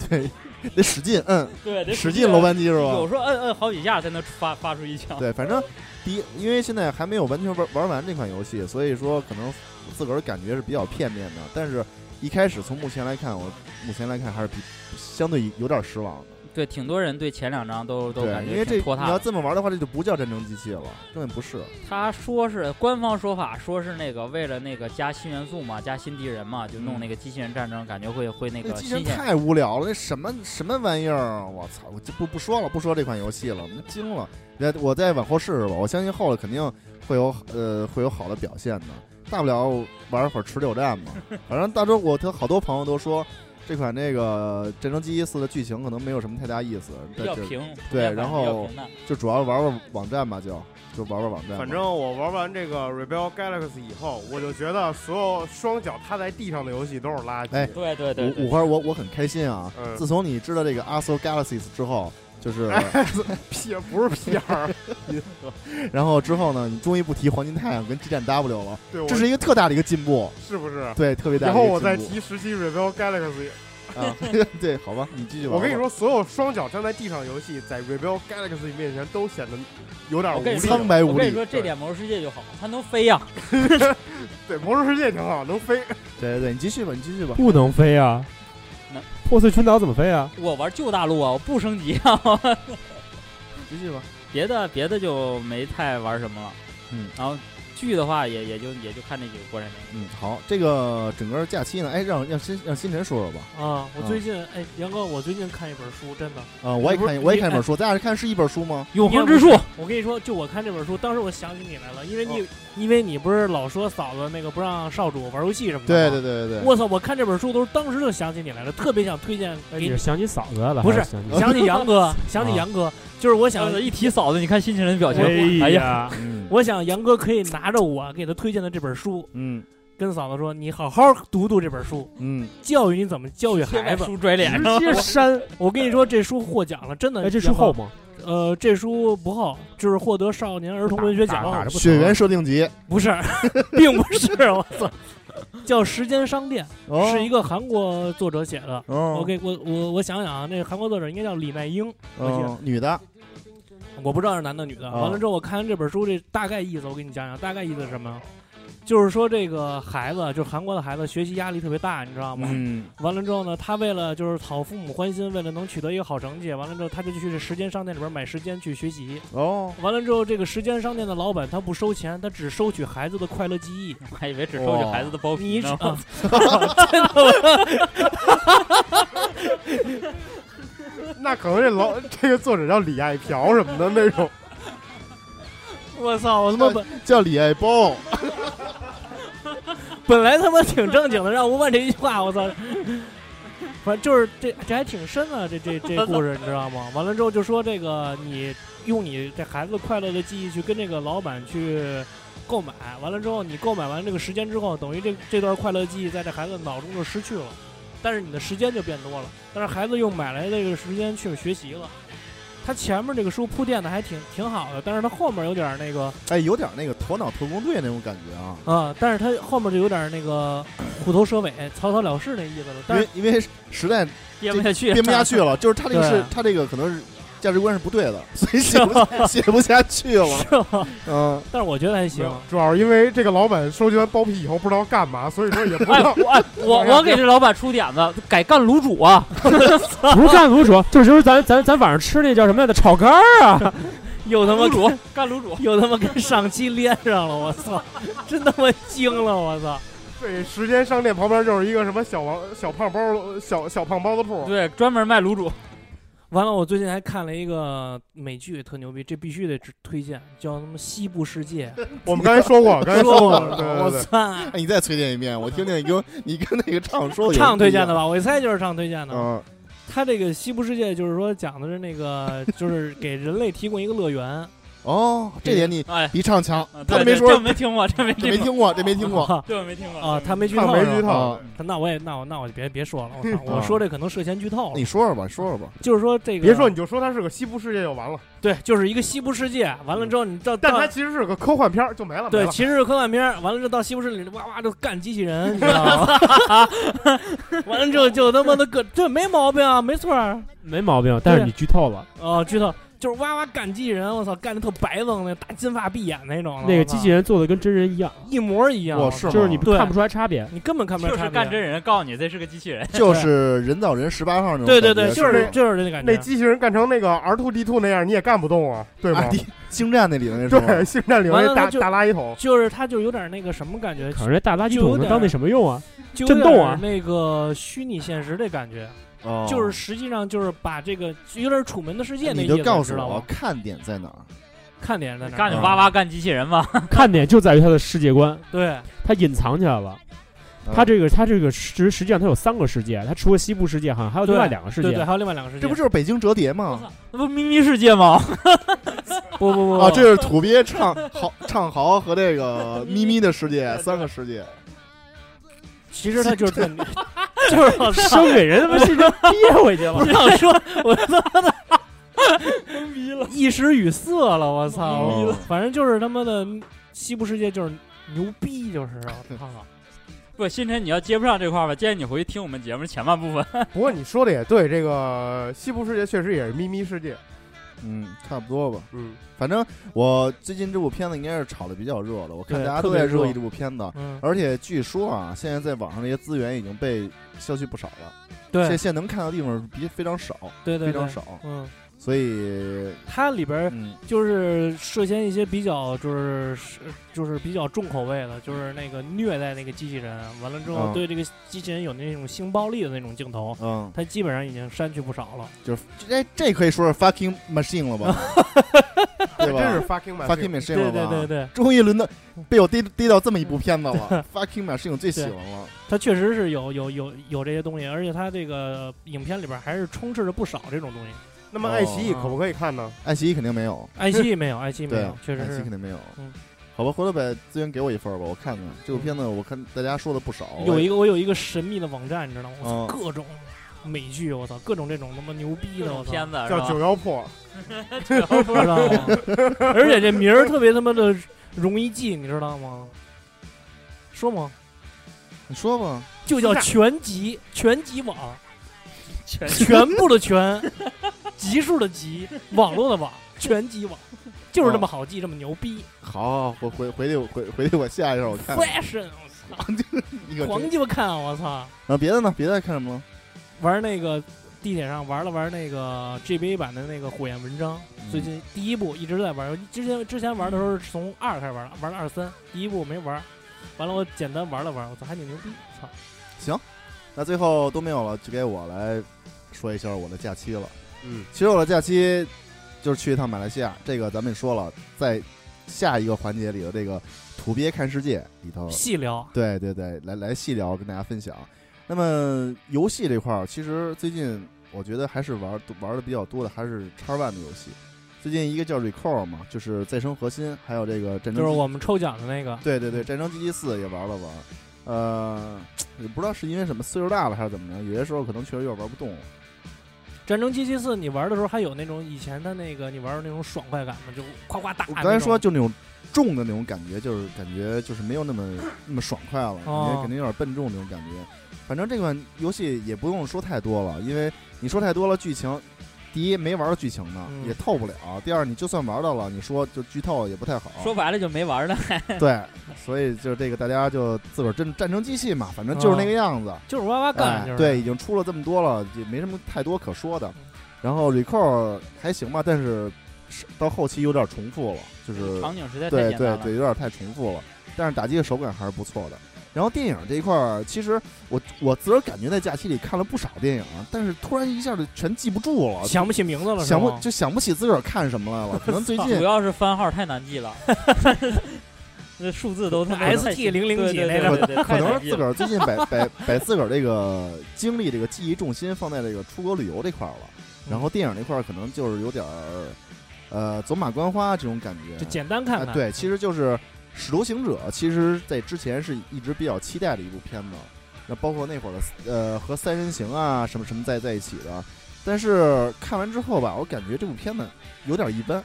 [SPEAKER 2] 对得使劲摁，
[SPEAKER 4] 对得啊
[SPEAKER 2] 使劲楼扳机是吧
[SPEAKER 4] 有？时候摁摁好几下才能发发出一枪。
[SPEAKER 2] 对，反正第一，因为现在还没有完全玩玩完这款游戏，所以说可能自个儿感觉是比较片面的。但是一开始从目前来看，我目前来看还是比相对有点失望的。
[SPEAKER 4] 对，挺多人对前两张都都
[SPEAKER 2] 对
[SPEAKER 4] 感，
[SPEAKER 2] 因为
[SPEAKER 4] 觉
[SPEAKER 2] 这
[SPEAKER 4] 挺拖
[SPEAKER 2] 你
[SPEAKER 4] 沓
[SPEAKER 2] 要
[SPEAKER 4] 的。
[SPEAKER 2] 这么玩的话，这就不叫战争机器了，根本不是。
[SPEAKER 4] 他说是官方说法，说是那个为了那个加新元素嘛，加新敌人嘛，就弄那个机器人战争，感觉会会那
[SPEAKER 2] 那
[SPEAKER 4] 个
[SPEAKER 2] 机器
[SPEAKER 4] 新
[SPEAKER 2] 人
[SPEAKER 4] 鲜。
[SPEAKER 2] 太无聊了，那什么什么玩意儿啊！我操，我就不不说了，不说这款游戏了，我们惊了。那我再往后试试吧，我相信后来肯定会有呃会有好的表现的，大不了玩会儿持久战嘛。反正大周我他好多朋友都说，这款这个《战争机一四》的剧情可能没有什么太大意思，
[SPEAKER 4] 比
[SPEAKER 2] 但
[SPEAKER 4] 较
[SPEAKER 2] 就
[SPEAKER 4] 平，
[SPEAKER 2] 对
[SPEAKER 4] 比较
[SPEAKER 2] 然后
[SPEAKER 4] 比较平淡
[SPEAKER 2] 就主要玩玩网站吧，就就玩玩网站吧。
[SPEAKER 3] 反正我玩完这个 Rebel Galaxy 以后，我就觉得所有双脚踏在地上的游戏都是垃圾。
[SPEAKER 2] 哎
[SPEAKER 4] 对对
[SPEAKER 2] 五
[SPEAKER 4] 对对
[SPEAKER 2] 五花，我我很开心啊！
[SPEAKER 3] 嗯
[SPEAKER 2] 自从你知道这个 a s o Galaxies 之后，
[SPEAKER 3] [laughs]
[SPEAKER 2] 就是，
[SPEAKER 3] P 不是 PR，
[SPEAKER 2] 然后之后呢，你终于不提黄金太阳跟激战 W 了，
[SPEAKER 3] [laughs] 对，我
[SPEAKER 2] 这是一个特大的一个进步，
[SPEAKER 3] 是不是？
[SPEAKER 2] 对，特别大的
[SPEAKER 3] 以
[SPEAKER 2] 一个进
[SPEAKER 3] 后
[SPEAKER 2] 步。
[SPEAKER 3] 我再提十七 Rebel Galaxy，
[SPEAKER 2] 啊， [laughs] 对，好吧，你继续玩吧。
[SPEAKER 3] 我跟你说，所有双脚站在地上游戏，在 Rebel Galaxy 面前都显得有点无
[SPEAKER 4] 我跟
[SPEAKER 3] 力
[SPEAKER 4] 你。说
[SPEAKER 2] 苍白
[SPEAKER 4] 我
[SPEAKER 2] 无
[SPEAKER 4] 跟
[SPEAKER 2] 力
[SPEAKER 4] 你。说，这点《魔兽世界》就好，它能飞呀！
[SPEAKER 3] 对，魔兽世界挺好，能飞。 [laughs]
[SPEAKER 2] 对对对，你继续吧，你继续吧。
[SPEAKER 1] 不能飞啊
[SPEAKER 4] 那！
[SPEAKER 1] 破碎春岛怎么飞啊？
[SPEAKER 4] 我玩旧大陆啊，我不升级啊，
[SPEAKER 2] 继续吧。
[SPEAKER 4] 别的别的就没太玩什么了。
[SPEAKER 2] 嗯，
[SPEAKER 4] 然后剧的话也也就也就看这几个国产电
[SPEAKER 2] 嗯，
[SPEAKER 4] 影。
[SPEAKER 2] 好，这个整个假期呢，哎，让让新让新晨说说吧。
[SPEAKER 5] 啊！我
[SPEAKER 2] 嗯
[SPEAKER 5] 最近哎，杨哥，我最近看一本书，真的
[SPEAKER 2] 啊、我也
[SPEAKER 5] 你不
[SPEAKER 2] 看，
[SPEAKER 5] 是
[SPEAKER 2] 我也
[SPEAKER 5] 你哎
[SPEAKER 2] 看一本书，咱俩看是一本书吗？
[SPEAKER 4] 永
[SPEAKER 5] 恒
[SPEAKER 4] 恒
[SPEAKER 5] 之
[SPEAKER 4] 之
[SPEAKER 5] 树
[SPEAKER 4] 树，
[SPEAKER 5] 我跟你说，就我看这本书，当时我想起你来了，因为你、因为你不是老说嫂子那个不让少主玩游戏什么的
[SPEAKER 2] 对
[SPEAKER 5] 吗？
[SPEAKER 2] 对对对对。
[SPEAKER 5] 我操！我看这本书都是当时就想起你来了，特别想推荐给
[SPEAKER 1] 你
[SPEAKER 5] 你
[SPEAKER 1] 是，想起嫂子了，
[SPEAKER 5] 不是
[SPEAKER 1] 还想起
[SPEAKER 5] [laughs]
[SPEAKER 1] 啊
[SPEAKER 5] 想起
[SPEAKER 1] [laughs]
[SPEAKER 5] 杨哥，想起杨哥，就是我想
[SPEAKER 4] 一提嫂子，你看新情人 [laughs] 的表情，
[SPEAKER 1] 哎
[SPEAKER 4] 呃哎呀，
[SPEAKER 1] 呀，
[SPEAKER 2] 嗯
[SPEAKER 5] [laughs] 我想杨哥可以拿着我给他推荐的这本书，
[SPEAKER 2] 嗯
[SPEAKER 5] 跟嫂子说：“你好好读读这本书，
[SPEAKER 2] 嗯，
[SPEAKER 5] 教育你怎么教育
[SPEAKER 4] 贴
[SPEAKER 5] 孩
[SPEAKER 4] 外
[SPEAKER 5] 子。
[SPEAKER 4] 书拽脸上
[SPEAKER 1] 直。接删。”
[SPEAKER 5] 我跟你说，这书获奖了，真的。
[SPEAKER 1] 哎，这书厚吗？
[SPEAKER 5] 杨哥？呃，这书不厚，就是获得少年儿童文学
[SPEAKER 1] 打打打
[SPEAKER 5] 奖
[SPEAKER 1] 着，
[SPEAKER 3] 啊
[SPEAKER 1] 不
[SPEAKER 2] 血缘设定集，
[SPEAKER 5] 不是， [laughs] 并不是。我操，叫《时间商店》，
[SPEAKER 2] 哦、
[SPEAKER 5] 是一个韩国作者写的。
[SPEAKER 2] 哦
[SPEAKER 5] 我给我我我想想啊，那个韩国作者应该叫李奈英，我记得
[SPEAKER 2] 嗯，女的，
[SPEAKER 5] 我不知道是男的女的。
[SPEAKER 2] 哦
[SPEAKER 5] 完了之后，我看完这本书，这大概意思我给你讲讲，大概意思是什么？就是说这个孩子，就是韩国的孩子，学习压力特别大，你知道吗？
[SPEAKER 2] 嗯
[SPEAKER 5] 完了之后呢，他为了就是讨父母欢心，为了能取得一个好成绩，完了之后他就去这时间商店里边买时间去学习。
[SPEAKER 2] 哦，
[SPEAKER 5] 完了之后，这个时间商店的老板他不收钱，他只收取孩子的快乐记忆。
[SPEAKER 4] 我 [laughs] 还以为只收取孩子的包
[SPEAKER 5] 你
[SPEAKER 4] 皮 [laughs]
[SPEAKER 5] 只
[SPEAKER 4] 呢。
[SPEAKER 5] 啊，
[SPEAKER 3] 那可能这老这个作者叫李爱朴什么的那种，
[SPEAKER 5] 我操！我他妈本
[SPEAKER 2] 叫李爱包，
[SPEAKER 5] [laughs] 本来他妈挺正经的，让我问这一句话，我操！反正就是这这还挺深啊，这这 [laughs] 这故事你知道吗？完了之后就说这个你用你这孩子快乐的记忆去跟这个老 [laughs] 板去购买，完了之后你购买完这个时间之后，等于这这段快乐记忆在这孩子脑中就失去了，但是你的时间就变多了，但是孩子又买来这个时间去学习了。他前面这个书铺垫的还挺挺好的，但是他后面有点那个
[SPEAKER 2] 哎，有点那个头脑特工队那种感觉啊，
[SPEAKER 5] 啊，但是他后面就有点那个虎头蛇尾、草草了事那意思了。
[SPEAKER 2] 因
[SPEAKER 5] 但是
[SPEAKER 2] 为因为实在
[SPEAKER 4] 编不下去，
[SPEAKER 2] 编不下
[SPEAKER 5] [laughs]
[SPEAKER 2] 去了，就是他这个
[SPEAKER 5] 对啊
[SPEAKER 2] 是他这个可能是价值观是不对的， [laughs] 所以写不 [laughs] 写不下去了，
[SPEAKER 5] 是吧？
[SPEAKER 2] [laughs] 嗯，
[SPEAKER 5] 但是我觉得还行。 [laughs]
[SPEAKER 3] 主要是因为这个老板收集完包皮以后不知道干嘛，所以说也不知
[SPEAKER 4] 哎，
[SPEAKER 3] 道。
[SPEAKER 4] 我哎 [laughs] 我我给这老板出点子，改干卤煮 [laughs] 啊！
[SPEAKER 1] 不是干卤煮，就是就是咱咱咱晚上吃那叫什么来着？炒肝儿啊！
[SPEAKER 5] 又他妈
[SPEAKER 4] 卤煮，干卤煮。
[SPEAKER 5] 又他妈跟上期连上了，我操！真他妈惊了，我操！
[SPEAKER 3] 对，时间商店旁边就是一个什么小王小胖包小小胖包子铺，
[SPEAKER 4] 对，专门卖卤煮。
[SPEAKER 5] 完了，我最近还看了一个美剧，特牛逼，这必须得指推荐，叫什么《西部世界
[SPEAKER 3] [laughs]
[SPEAKER 5] [laughs]
[SPEAKER 3] 我们刚才说过，刚才》。说
[SPEAKER 5] 过
[SPEAKER 3] 过，
[SPEAKER 5] 了，
[SPEAKER 3] 对
[SPEAKER 5] 我
[SPEAKER 3] 对对，
[SPEAKER 5] 操！
[SPEAKER 2] 哎你再推荐一遍，我听听你跟你跟那个唱说有什么
[SPEAKER 5] 唱推荐的
[SPEAKER 2] 不
[SPEAKER 5] 吧，我一猜就是唱推荐
[SPEAKER 2] 一
[SPEAKER 5] 的。
[SPEAKER 3] 哦
[SPEAKER 2] 样，嗯，
[SPEAKER 5] 他这个《西部世界》就是说讲的是那个，就是给人类提供一
[SPEAKER 3] [laughs]
[SPEAKER 5] 个乐园。
[SPEAKER 2] 哦，这点你
[SPEAKER 4] 哎，
[SPEAKER 2] 比唱强
[SPEAKER 4] 啊，
[SPEAKER 2] 他
[SPEAKER 4] 对
[SPEAKER 2] 没
[SPEAKER 4] 对
[SPEAKER 2] 说
[SPEAKER 4] 这没听过，这没
[SPEAKER 2] 这没
[SPEAKER 4] 听过，
[SPEAKER 2] 听过，这没听过，
[SPEAKER 4] 这没听过
[SPEAKER 5] 啊，他没剧
[SPEAKER 3] 唱
[SPEAKER 5] 透
[SPEAKER 3] 没
[SPEAKER 5] 是吧
[SPEAKER 3] 剧透
[SPEAKER 2] 啊，
[SPEAKER 5] 那我也那我那我就别别说了，我
[SPEAKER 3] [laughs]
[SPEAKER 5] 操，
[SPEAKER 2] 啊
[SPEAKER 5] 我说这可能涉嫌剧透了
[SPEAKER 2] 你。说说吧，说说吧，
[SPEAKER 5] 就是说这个，
[SPEAKER 3] 别说你就说它是个西部世界就完了，
[SPEAKER 5] 对，就是一个西部世界，完了之后你到
[SPEAKER 3] 但它
[SPEAKER 5] 到
[SPEAKER 3] 其实是个科幻片儿就没了，没
[SPEAKER 5] 对，
[SPEAKER 3] 了
[SPEAKER 5] 其实是科幻片儿，完了之后到西部世界里哇哇就干机器人，
[SPEAKER 4] 嗯
[SPEAKER 5] 你知
[SPEAKER 4] [laughs]
[SPEAKER 5] 道吗？完了之后就他妈的各这没毛病啊，没错儿
[SPEAKER 1] 没毛病，但是你剧透了。
[SPEAKER 5] 哦，知道。就是哇哇干机器人，我操，干的特白愣那大金发碧眼那种的，
[SPEAKER 1] 那个
[SPEAKER 5] 我操
[SPEAKER 1] 机器人做的跟真人一样，
[SPEAKER 5] 一模一样，
[SPEAKER 2] 我是吗
[SPEAKER 1] 就是你不
[SPEAKER 5] 对
[SPEAKER 1] 看不出来差别。
[SPEAKER 5] 你根本看不出
[SPEAKER 4] 就是
[SPEAKER 5] 来
[SPEAKER 4] 干
[SPEAKER 5] 差别
[SPEAKER 4] 真人，告诉你这是个机器人。
[SPEAKER 2] 就是人造人十八号那种感
[SPEAKER 5] 对
[SPEAKER 2] 觉，
[SPEAKER 5] 对对，就是是就是那感
[SPEAKER 3] 那
[SPEAKER 5] 觉。
[SPEAKER 3] 机器人干成那个 R two D two 那样，你也干不动啊， [laughs] 对吗
[SPEAKER 2] 啊，？地星战那里的那种，
[SPEAKER 3] 对，星战里面
[SPEAKER 5] 完
[SPEAKER 3] 那
[SPEAKER 5] 了
[SPEAKER 3] 大
[SPEAKER 5] 它就
[SPEAKER 3] 大垃圾 [laughs] 桶，
[SPEAKER 5] 就是它就有点那个什么感觉，
[SPEAKER 1] 可是这大垃圾桶能当那什么用啊？
[SPEAKER 5] [laughs] 就
[SPEAKER 1] 震
[SPEAKER 5] 有
[SPEAKER 1] 动啊
[SPEAKER 5] 点那个虚拟现实的感觉，
[SPEAKER 2] 哦
[SPEAKER 5] 就是实际上就是把这个就有点《楚门的世界》那
[SPEAKER 2] 你
[SPEAKER 5] 意思，
[SPEAKER 2] 就告
[SPEAKER 5] 知
[SPEAKER 2] 诉
[SPEAKER 5] 道
[SPEAKER 2] 我
[SPEAKER 5] 吗？
[SPEAKER 2] 看点在哪儿，
[SPEAKER 5] 看点在哪儿？啊
[SPEAKER 4] 干你哇哇干机器人吧，
[SPEAKER 1] 看点就在于它的世界观，
[SPEAKER 5] 对，
[SPEAKER 1] 它隐藏起来了。
[SPEAKER 5] 嗯
[SPEAKER 2] 啊
[SPEAKER 1] 它这个它这个实实际上它有三个世界，它除了西部世界，好像还有另外两个世
[SPEAKER 5] 对对，
[SPEAKER 1] 界。
[SPEAKER 5] 还有另外两个世界，
[SPEAKER 2] 这不就是北京折叠
[SPEAKER 4] 我
[SPEAKER 2] 吗？
[SPEAKER 4] 操，那 [laughs] 不咪咪世界吗？ [laughs]
[SPEAKER 5] 不不不
[SPEAKER 2] 啊，这是土鳖
[SPEAKER 5] [laughs]
[SPEAKER 2] 唱豪唱豪和这个咪咪的世界三个世界。
[SPEAKER 5] 其实它就是断，就是我
[SPEAKER 1] 生
[SPEAKER 5] 操
[SPEAKER 1] 给人他妈是就憋回去 [laughs]
[SPEAKER 5] 我
[SPEAKER 1] 了。
[SPEAKER 5] 想说，我他妈的懵逼了， [laughs] 一时语塞了，我操！
[SPEAKER 2] 懵逼了
[SPEAKER 5] 反正就是他妈的西部世界就是牛逼，就是啊我操！
[SPEAKER 4] 不，星辰，你要接不上这块儿吧，建议你回去听我们节目前半部分。
[SPEAKER 3] 不过你说的也对，这个西部世界确实也是咪咪 [laughs] 世界。
[SPEAKER 2] 嗯，差不多吧。
[SPEAKER 3] 嗯，
[SPEAKER 2] 反正我最近这部片子应该是炒的比较热了，我看
[SPEAKER 5] 对
[SPEAKER 2] 大家
[SPEAKER 5] 特
[SPEAKER 2] 都
[SPEAKER 5] 别
[SPEAKER 2] 在热
[SPEAKER 5] 热
[SPEAKER 2] 议这部片子。
[SPEAKER 5] 嗯，
[SPEAKER 2] 而且据说啊，现在在网上这些资源已经被消去不少了，
[SPEAKER 5] 对
[SPEAKER 2] 现现在能看到地方比非常少，
[SPEAKER 5] 对对，
[SPEAKER 2] 非常
[SPEAKER 5] 对。
[SPEAKER 2] 少，
[SPEAKER 5] 嗯，
[SPEAKER 2] 所以
[SPEAKER 5] 它里边
[SPEAKER 2] 嗯，
[SPEAKER 5] 就是涉嫌一些比较就是是就是比较重口味的，就是那个虐待那个机器人，完了之后
[SPEAKER 2] 嗯
[SPEAKER 5] 对这个机器人有那种性暴力的那种镜头，
[SPEAKER 2] 嗯，
[SPEAKER 5] 它基本上已经删去不少了。
[SPEAKER 2] 就是这这可以说是 fucking machine 了
[SPEAKER 5] [laughs]
[SPEAKER 2] 吧，对吧？
[SPEAKER 3] 真是 fucking man
[SPEAKER 2] fucking machine
[SPEAKER 5] 对
[SPEAKER 2] 了吧？
[SPEAKER 5] 对对对，
[SPEAKER 2] 终于轮到被我逮逮到这么一部片子
[SPEAKER 5] [laughs]
[SPEAKER 2] 了，fucking machine 我最喜欢了。
[SPEAKER 5] 它确实是有有有有这些东西，而且它这个影片里边还是充斥着不少这种东西。
[SPEAKER 3] 那么爱奇艺可不可以看呢？
[SPEAKER 2] 爱奇艺肯定没有，
[SPEAKER 5] 爱奇艺没有，爱奇艺没
[SPEAKER 2] 对
[SPEAKER 5] 有，，确实
[SPEAKER 2] 爱奇艺肯
[SPEAKER 5] 是
[SPEAKER 2] 定没有。
[SPEAKER 5] 嗯
[SPEAKER 2] 好吧，回头把资源给我一份儿吧，我看看这部片子。我看大家说的不少，
[SPEAKER 5] 嗯有一
[SPEAKER 2] 个
[SPEAKER 5] 个我有一个神秘的网站，你知道吗？
[SPEAKER 2] 嗯
[SPEAKER 5] 我操，各种美剧，我操，各种这种他妈牛 [laughs] 逼的，我操，
[SPEAKER 4] 片子是
[SPEAKER 3] 叫
[SPEAKER 4] 吧
[SPEAKER 3] 九？幺破，
[SPEAKER 5] 不知道吗？而且这名儿特别他妈的容易记，你知道吗？说嘛，
[SPEAKER 2] 你说吧，
[SPEAKER 5] 就叫全集全集网，
[SPEAKER 4] 全
[SPEAKER 5] 全部的全， [laughs] 集数的集，网络的网，全集网，就是
[SPEAKER 2] 嗯
[SPEAKER 5] 这么好记，这么牛逼
[SPEAKER 2] 好，好我回回去回回去我下一下我看。
[SPEAKER 5] ，fashion，我操，
[SPEAKER 2] 一个
[SPEAKER 5] 狂鸡巴看，我操！
[SPEAKER 2] 啊，别的呢？别的还看什么了？
[SPEAKER 5] 玩那个地铁上玩了玩那个 GBA 版的那个《火焰纹章》，
[SPEAKER 2] 嗯
[SPEAKER 5] 最近第一部一直在玩，之前之前玩的时候是从二开始玩，玩了二三，第一部没玩，完了我简单玩了玩，我操还挺牛逼，操！
[SPEAKER 2] 那最后都没有了，就该我来说一下我的假期了。
[SPEAKER 3] 嗯，
[SPEAKER 2] 其实我的假期就是去一趟马来西亚，这个咱们也说了，在下一个环节里的这个“土鳖看世界”里头，
[SPEAKER 5] 细聊，
[SPEAKER 2] 对对对，来来细聊，跟大家分享。那么游戏这块儿，其实最近我觉得还是玩玩的比较多的，还是叉 One 的游戏。最近一个叫 Recall 嘛，就是再生核心，还有这个战争机器，
[SPEAKER 5] 就是我们抽奖的那个，
[SPEAKER 2] 对对对，战争机器四也玩了玩，呃，也不知道是因为什么岁数大了还是怎么着，有些时候可能确实有点玩不动了。
[SPEAKER 5] 《战争机器四》，你玩的时候还有那种以前的那个你玩的那种爽快感吗？就夸夸打那
[SPEAKER 2] 我
[SPEAKER 5] 种。
[SPEAKER 2] 刚才说就那种重的那种感觉，就是感觉就是没有那么那么爽快了，感
[SPEAKER 5] 哦
[SPEAKER 2] 觉肯定有点笨重那种感觉。反正这款游戏也不用说太多了，因为你说太多了，剧情第一没玩到剧情呢，
[SPEAKER 5] 嗯
[SPEAKER 2] 也透不了；第二，你就算玩到了，你说就剧透也不太好。
[SPEAKER 4] 说白了就没玩了。
[SPEAKER 2] 对，所以就这个大家就自个儿真战争机器嘛，反正
[SPEAKER 5] 嗯
[SPEAKER 2] 就是那个样子。
[SPEAKER 5] 就是哇哇干，就
[SPEAKER 2] 哎，
[SPEAKER 5] 是
[SPEAKER 2] 对，已经出了这么多了，也没什么太多可说的。然后 Recall 还行吧，但是是到后期有点重复了，就是
[SPEAKER 4] 场景实在太
[SPEAKER 2] 对
[SPEAKER 4] 简
[SPEAKER 2] 对
[SPEAKER 4] 单了。
[SPEAKER 2] 对，有点太重复了。但是打击的手感还是不错的。然后电影这一块儿，其实我我自个儿感觉在假期里看了不少电影，啊但是突然一下就全记不住了，
[SPEAKER 5] 想不起名字了，
[SPEAKER 2] 想
[SPEAKER 5] 是
[SPEAKER 2] 不
[SPEAKER 5] 吗
[SPEAKER 2] 就想不起自个儿看什么来了。可能最近
[SPEAKER 4] 啊主要是番号太难记
[SPEAKER 5] [laughs]
[SPEAKER 4] 了， [laughs] 那数字都他妈
[SPEAKER 5] ST 零零几那
[SPEAKER 4] 对
[SPEAKER 5] 个
[SPEAKER 4] 对对对，
[SPEAKER 2] 可
[SPEAKER 4] 太
[SPEAKER 2] 能
[SPEAKER 4] 难
[SPEAKER 2] 是
[SPEAKER 4] 记
[SPEAKER 2] 自
[SPEAKER 4] 了
[SPEAKER 2] 个儿最近把把把自个儿这个精力、这个记忆重心放在这个出国旅游这块儿了，然后电影这块儿可能就是有点儿，呃，走马观花这种感觉。
[SPEAKER 5] 就简单看
[SPEAKER 2] 啊，
[SPEAKER 5] 看。
[SPEAKER 2] 对，其实就是《使徒行者》，其实在之前是一直比较期待的一部片子，那包括那会儿的呃和三人行啊什么什么在在一起的，但是看完之后吧，我感觉这部片子有点一般，啊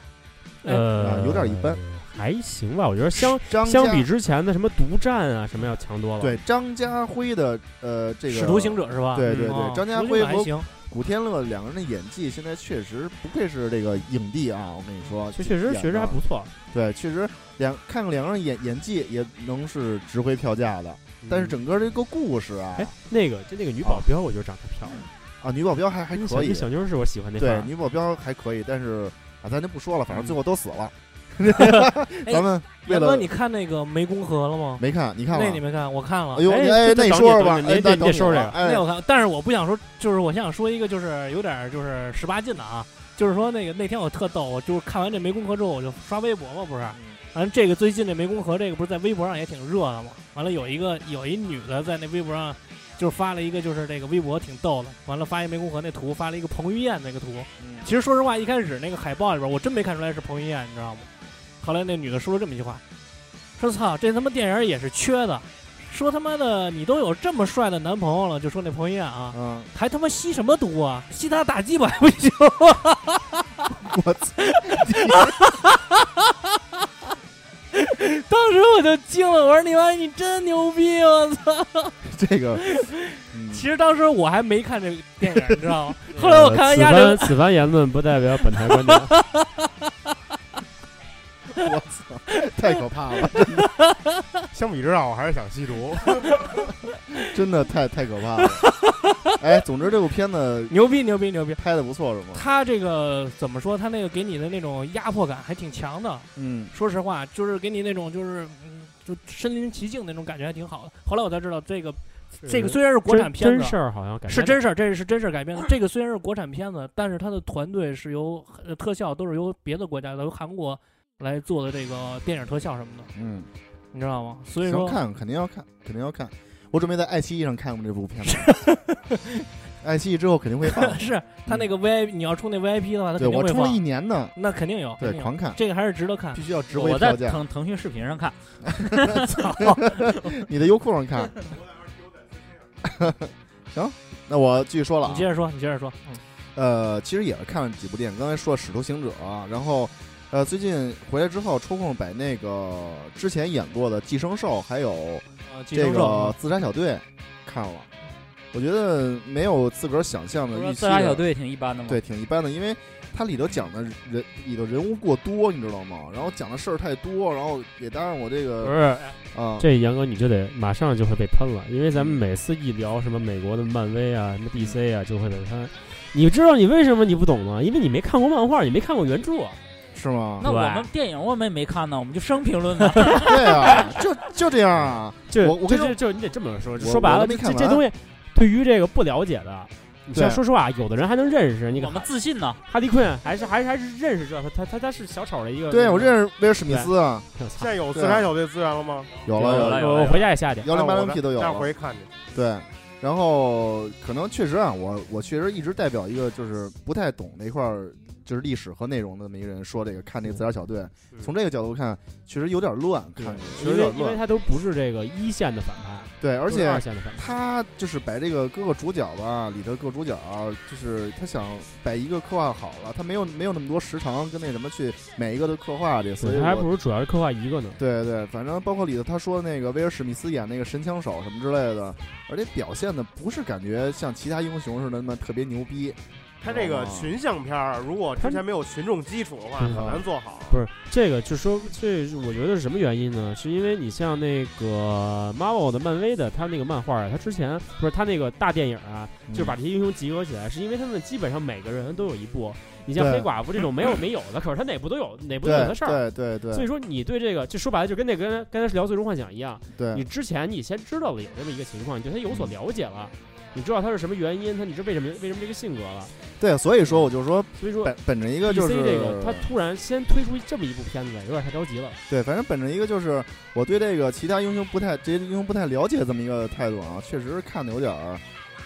[SPEAKER 1] 呃，
[SPEAKER 2] 有点一般，
[SPEAKER 1] 还行吧。我觉得相
[SPEAKER 2] 张
[SPEAKER 1] 相
[SPEAKER 2] 家
[SPEAKER 1] 比之前的什么独占啊什么要强多了。
[SPEAKER 2] 对张家辉的呃这个
[SPEAKER 5] 使徒行。者是吧？
[SPEAKER 2] 对对
[SPEAKER 1] 嗯
[SPEAKER 2] 对，
[SPEAKER 5] 哦
[SPEAKER 2] 张家
[SPEAKER 5] 使徒行
[SPEAKER 2] 辉
[SPEAKER 5] 者还
[SPEAKER 2] 和
[SPEAKER 5] 行，
[SPEAKER 2] 古天乐两个人的演技现在确实不愧是这个影帝啊！我跟你说，
[SPEAKER 1] 确确实
[SPEAKER 2] 演
[SPEAKER 1] 确实
[SPEAKER 2] 得
[SPEAKER 1] 还不错。
[SPEAKER 2] 对，确实两看看两个人演演技也能是值回票价的。嗯但是整个这个故事啊
[SPEAKER 1] 嗯哎，那个就那个女保镖，我觉得长得漂亮，
[SPEAKER 2] 啊，女保镖还还可
[SPEAKER 1] 小
[SPEAKER 2] 以
[SPEAKER 1] 那，小妞是我喜欢那
[SPEAKER 2] 对，
[SPEAKER 1] 范儿。
[SPEAKER 2] 女保镖还可以，但是啊，咱就不说了，
[SPEAKER 1] 嗯
[SPEAKER 2] 反正最后都死
[SPEAKER 1] [laughs]
[SPEAKER 2] 了。
[SPEAKER 5] 哎
[SPEAKER 2] [laughs] 咱们为
[SPEAKER 5] 杨哥，
[SPEAKER 2] 了
[SPEAKER 5] 你看那个湄公河了吗？
[SPEAKER 2] 没看，你看
[SPEAKER 5] 那你
[SPEAKER 2] 了？
[SPEAKER 5] 没看，我看了。
[SPEAKER 2] 哎呦，
[SPEAKER 1] 哎
[SPEAKER 2] 哎，
[SPEAKER 1] 这
[SPEAKER 2] 那
[SPEAKER 1] 这等
[SPEAKER 2] 你说
[SPEAKER 1] 你
[SPEAKER 2] 说吧，
[SPEAKER 1] 等你
[SPEAKER 2] 哎，
[SPEAKER 1] 你你
[SPEAKER 2] 等
[SPEAKER 1] 说
[SPEAKER 2] 我
[SPEAKER 1] 这个
[SPEAKER 2] 啊哎
[SPEAKER 5] 那，我看，但是我不想说，就是我想说一个，就是有点儿就是十八禁的啊，就是说那个那天我特逗，我就是看完这湄公河之后，我就刷微博嘛，不是。完了这个最近这湄公河这个不是在微博上也挺热的嘛？完了有一个有一女的在那微博上就是发了一个就是这个微博挺逗的，完了发一湄公河那图，发了一个彭于晏那个图。其实说实话，一开始那个海报里边我真没看出来是彭于晏，你知道吗？后来那女的说了这么一句话，说操，这他妈电影也是缺的。说他妈的，你都有这么帅的男朋友了，就说那彭于晏啊，
[SPEAKER 2] 嗯， [laughs]
[SPEAKER 5] 还他妈吸什么毒啊？吸他大鸡巴还不行？啊
[SPEAKER 2] 我操，
[SPEAKER 5] 当时我就惊了，我说你妈你真牛逼！我操！
[SPEAKER 2] 这个，嗯
[SPEAKER 5] [laughs] 其实当时我还没看这个电影，你知道吗？后来我
[SPEAKER 1] 呃此
[SPEAKER 5] 看完压
[SPEAKER 1] 番
[SPEAKER 5] 轴，
[SPEAKER 1] 此番言论不代表本台观点。
[SPEAKER 2] 我操， [laughs] 太可怕了，
[SPEAKER 3] 相比之下，我还是想吸毒。
[SPEAKER 2] 真的太太可怕了。哎，总之这部片子
[SPEAKER 5] 牛逼牛逼牛逼！
[SPEAKER 2] 拍的不错，是吗？
[SPEAKER 5] 他这个怎么说？他那个给你的那种压迫感还挺强的。
[SPEAKER 2] 嗯，
[SPEAKER 5] 说实话，就是给你那种就是嗯，就身临其境那种感觉还挺好的。后来我才知道，这个这个虽然是国产
[SPEAKER 1] 真
[SPEAKER 5] 片
[SPEAKER 1] 真
[SPEAKER 5] 子，啊
[SPEAKER 1] 事儿好像改编
[SPEAKER 5] 是
[SPEAKER 1] 的
[SPEAKER 5] 真事儿，这是真事儿改编的。这个虽然是国产片子，但是它的团队是由呃特效都是由别的国家的，由韩国来做的这个电影特效什么的，
[SPEAKER 2] 嗯，
[SPEAKER 5] 你知道吗？所以
[SPEAKER 2] 行，
[SPEAKER 5] 说，。
[SPEAKER 2] 看肯定要看，肯定要看。我准备在爱奇艺上看过这部片子，爱奇艺之后肯定会放
[SPEAKER 5] [laughs] 是他那个 VIP，、你要充那 VIP 的话，他
[SPEAKER 2] 对
[SPEAKER 5] 肯定
[SPEAKER 2] 我
[SPEAKER 5] 会
[SPEAKER 2] 充了一
[SPEAKER 5] 放，
[SPEAKER 2] 年呢，
[SPEAKER 5] 那肯定有，肯
[SPEAKER 2] 对，
[SPEAKER 5] 定有
[SPEAKER 2] 狂看，
[SPEAKER 5] 这个还是值得看
[SPEAKER 2] 必。须要值回
[SPEAKER 4] 我在
[SPEAKER 2] 票价。
[SPEAKER 4] 腾腾讯视频上看，
[SPEAKER 2] 你的优酷上
[SPEAKER 5] [laughs]
[SPEAKER 2] 看。行，那我继续说了
[SPEAKER 5] 你
[SPEAKER 2] 啊
[SPEAKER 5] 接。着说，你接着说，嗯，
[SPEAKER 2] 呃，其实也是看了几部电影，刚才说《使徒行者》，然后，呃，最近回来之后抽空把那个之前演过的《寄生兽》还有
[SPEAKER 5] 呃，寄
[SPEAKER 2] 这
[SPEAKER 5] 生兽
[SPEAKER 2] 个《
[SPEAKER 5] 啊
[SPEAKER 2] 自杀小队》看了，我觉得没有自个儿想象的
[SPEAKER 4] 不是
[SPEAKER 2] 嗯预
[SPEAKER 4] 说
[SPEAKER 2] 期
[SPEAKER 4] 自杀小
[SPEAKER 2] 的，
[SPEAKER 4] 队挺一般的吗？
[SPEAKER 2] 对，挺一般的，因为它里头讲的人里头人物过多，你知道吗？然后讲的事儿太多，然后也当然我这
[SPEAKER 1] 不
[SPEAKER 2] 个
[SPEAKER 1] 是
[SPEAKER 2] 啊，
[SPEAKER 1] 这杨哥，你就得马上就会被喷了，因为
[SPEAKER 2] 嗯
[SPEAKER 1] 咱们每次一聊什么美国的漫威啊、什么 DC 啊，就会被喷。你知道你为什么你不懂吗？因为你没看过漫画，你没看过原著啊。
[SPEAKER 2] 是吗？
[SPEAKER 4] 那我
[SPEAKER 1] 对
[SPEAKER 4] 们电影我们也没看呢，我们就生
[SPEAKER 2] [laughs]
[SPEAKER 4] 评论呢。
[SPEAKER 2] 对啊，就就这样啊。
[SPEAKER 1] 就
[SPEAKER 2] 我我
[SPEAKER 1] 这
[SPEAKER 2] 跟
[SPEAKER 1] 这就你得这么说，
[SPEAKER 2] 我
[SPEAKER 1] 说白
[SPEAKER 2] 我
[SPEAKER 1] 了，
[SPEAKER 2] 都没
[SPEAKER 1] 这
[SPEAKER 2] 看
[SPEAKER 1] 这
[SPEAKER 2] 完
[SPEAKER 1] 东西对于这个不了解的，你
[SPEAKER 2] 对
[SPEAKER 1] 像说实话，有的人还能认识。你
[SPEAKER 4] 我
[SPEAKER 1] 看
[SPEAKER 4] 们自信
[SPEAKER 2] [laughs]
[SPEAKER 4] 呢，
[SPEAKER 1] 哈利坤还是还是还是认识这他他他他是小丑的一个。
[SPEAKER 2] 对，我认识威尔史密斯啊，
[SPEAKER 1] 我
[SPEAKER 3] [laughs] 现
[SPEAKER 1] 操。
[SPEAKER 3] 在有自杀小队资源了吗？
[SPEAKER 2] 有
[SPEAKER 4] 有
[SPEAKER 2] 了
[SPEAKER 4] 了
[SPEAKER 1] 我我回家也下点。
[SPEAKER 2] 幺零八零
[SPEAKER 3] 那我
[SPEAKER 2] P 都有
[SPEAKER 3] 待
[SPEAKER 2] 了
[SPEAKER 3] 会儿一看去。
[SPEAKER 2] 对，然后可能确实啊，我我确实一直代表一个就是不太懂那块儿就是历史和内容的那么一个人说这个看这个自杀小队，
[SPEAKER 3] 嗯
[SPEAKER 2] 从这个角度看，确实有点乱，看着确实
[SPEAKER 1] 因
[SPEAKER 2] 有
[SPEAKER 1] 为
[SPEAKER 2] 点
[SPEAKER 1] 因为
[SPEAKER 2] 乱，
[SPEAKER 1] 他都不是这个一线的反派，
[SPEAKER 2] 对，而
[SPEAKER 1] 都是
[SPEAKER 2] 且
[SPEAKER 1] 二线的反派，
[SPEAKER 2] 他就是把这个各个主角吧，里头各主角就是他想把一个刻画好了，他没有没有那么多时长跟那什么去每一个都刻画去，所以
[SPEAKER 1] 他还
[SPEAKER 2] 我
[SPEAKER 1] 不如主要是刻画一个呢。
[SPEAKER 2] 对对，反正包括里头他说的那个威尔史密斯演那个神枪手什么之类的，而且表现的不是感觉像其他英雄似的那么特别牛逼，
[SPEAKER 3] 他这个群像片儿，如果之前没有群众基础的话，很
[SPEAKER 1] 嗯
[SPEAKER 3] 难做好。
[SPEAKER 1] 不是这个，就说这是我觉得是什么原因呢？是因为你像那个 Marvel 的漫威的，他那个漫画啊，他之前不是他那个大电影啊，
[SPEAKER 2] 嗯
[SPEAKER 1] 就是把这些英雄集合起来，是因为他们基本上每个人都有一部。你像
[SPEAKER 2] 对
[SPEAKER 1] 黑寡妇这种没
[SPEAKER 2] [laughs]
[SPEAKER 1] 有没有的，可是他哪部都有，哪部都有
[SPEAKER 2] 对
[SPEAKER 1] 他的事儿。
[SPEAKER 2] 对对
[SPEAKER 1] 所以
[SPEAKER 2] 对
[SPEAKER 1] 说，你对这个就说白了，就跟那跟刚才是聊《最终幻想》一样，你
[SPEAKER 2] 对，嗯
[SPEAKER 1] 之前你先知道了有这么一个情况，你对他有所了解了，你知道他是什么原因，他你知道为什么为什么这个性格了。
[SPEAKER 2] 对，所以说我就说
[SPEAKER 1] 所以说
[SPEAKER 2] 本本着一个
[SPEAKER 1] DC
[SPEAKER 2] 就是
[SPEAKER 1] 这个，他突然先推出这么一部片子，有点太着急了。
[SPEAKER 2] 对，反正本着一个就是我对这个其他英雄不太这些英雄不太了解这么一个态度啊，确实是看的有点儿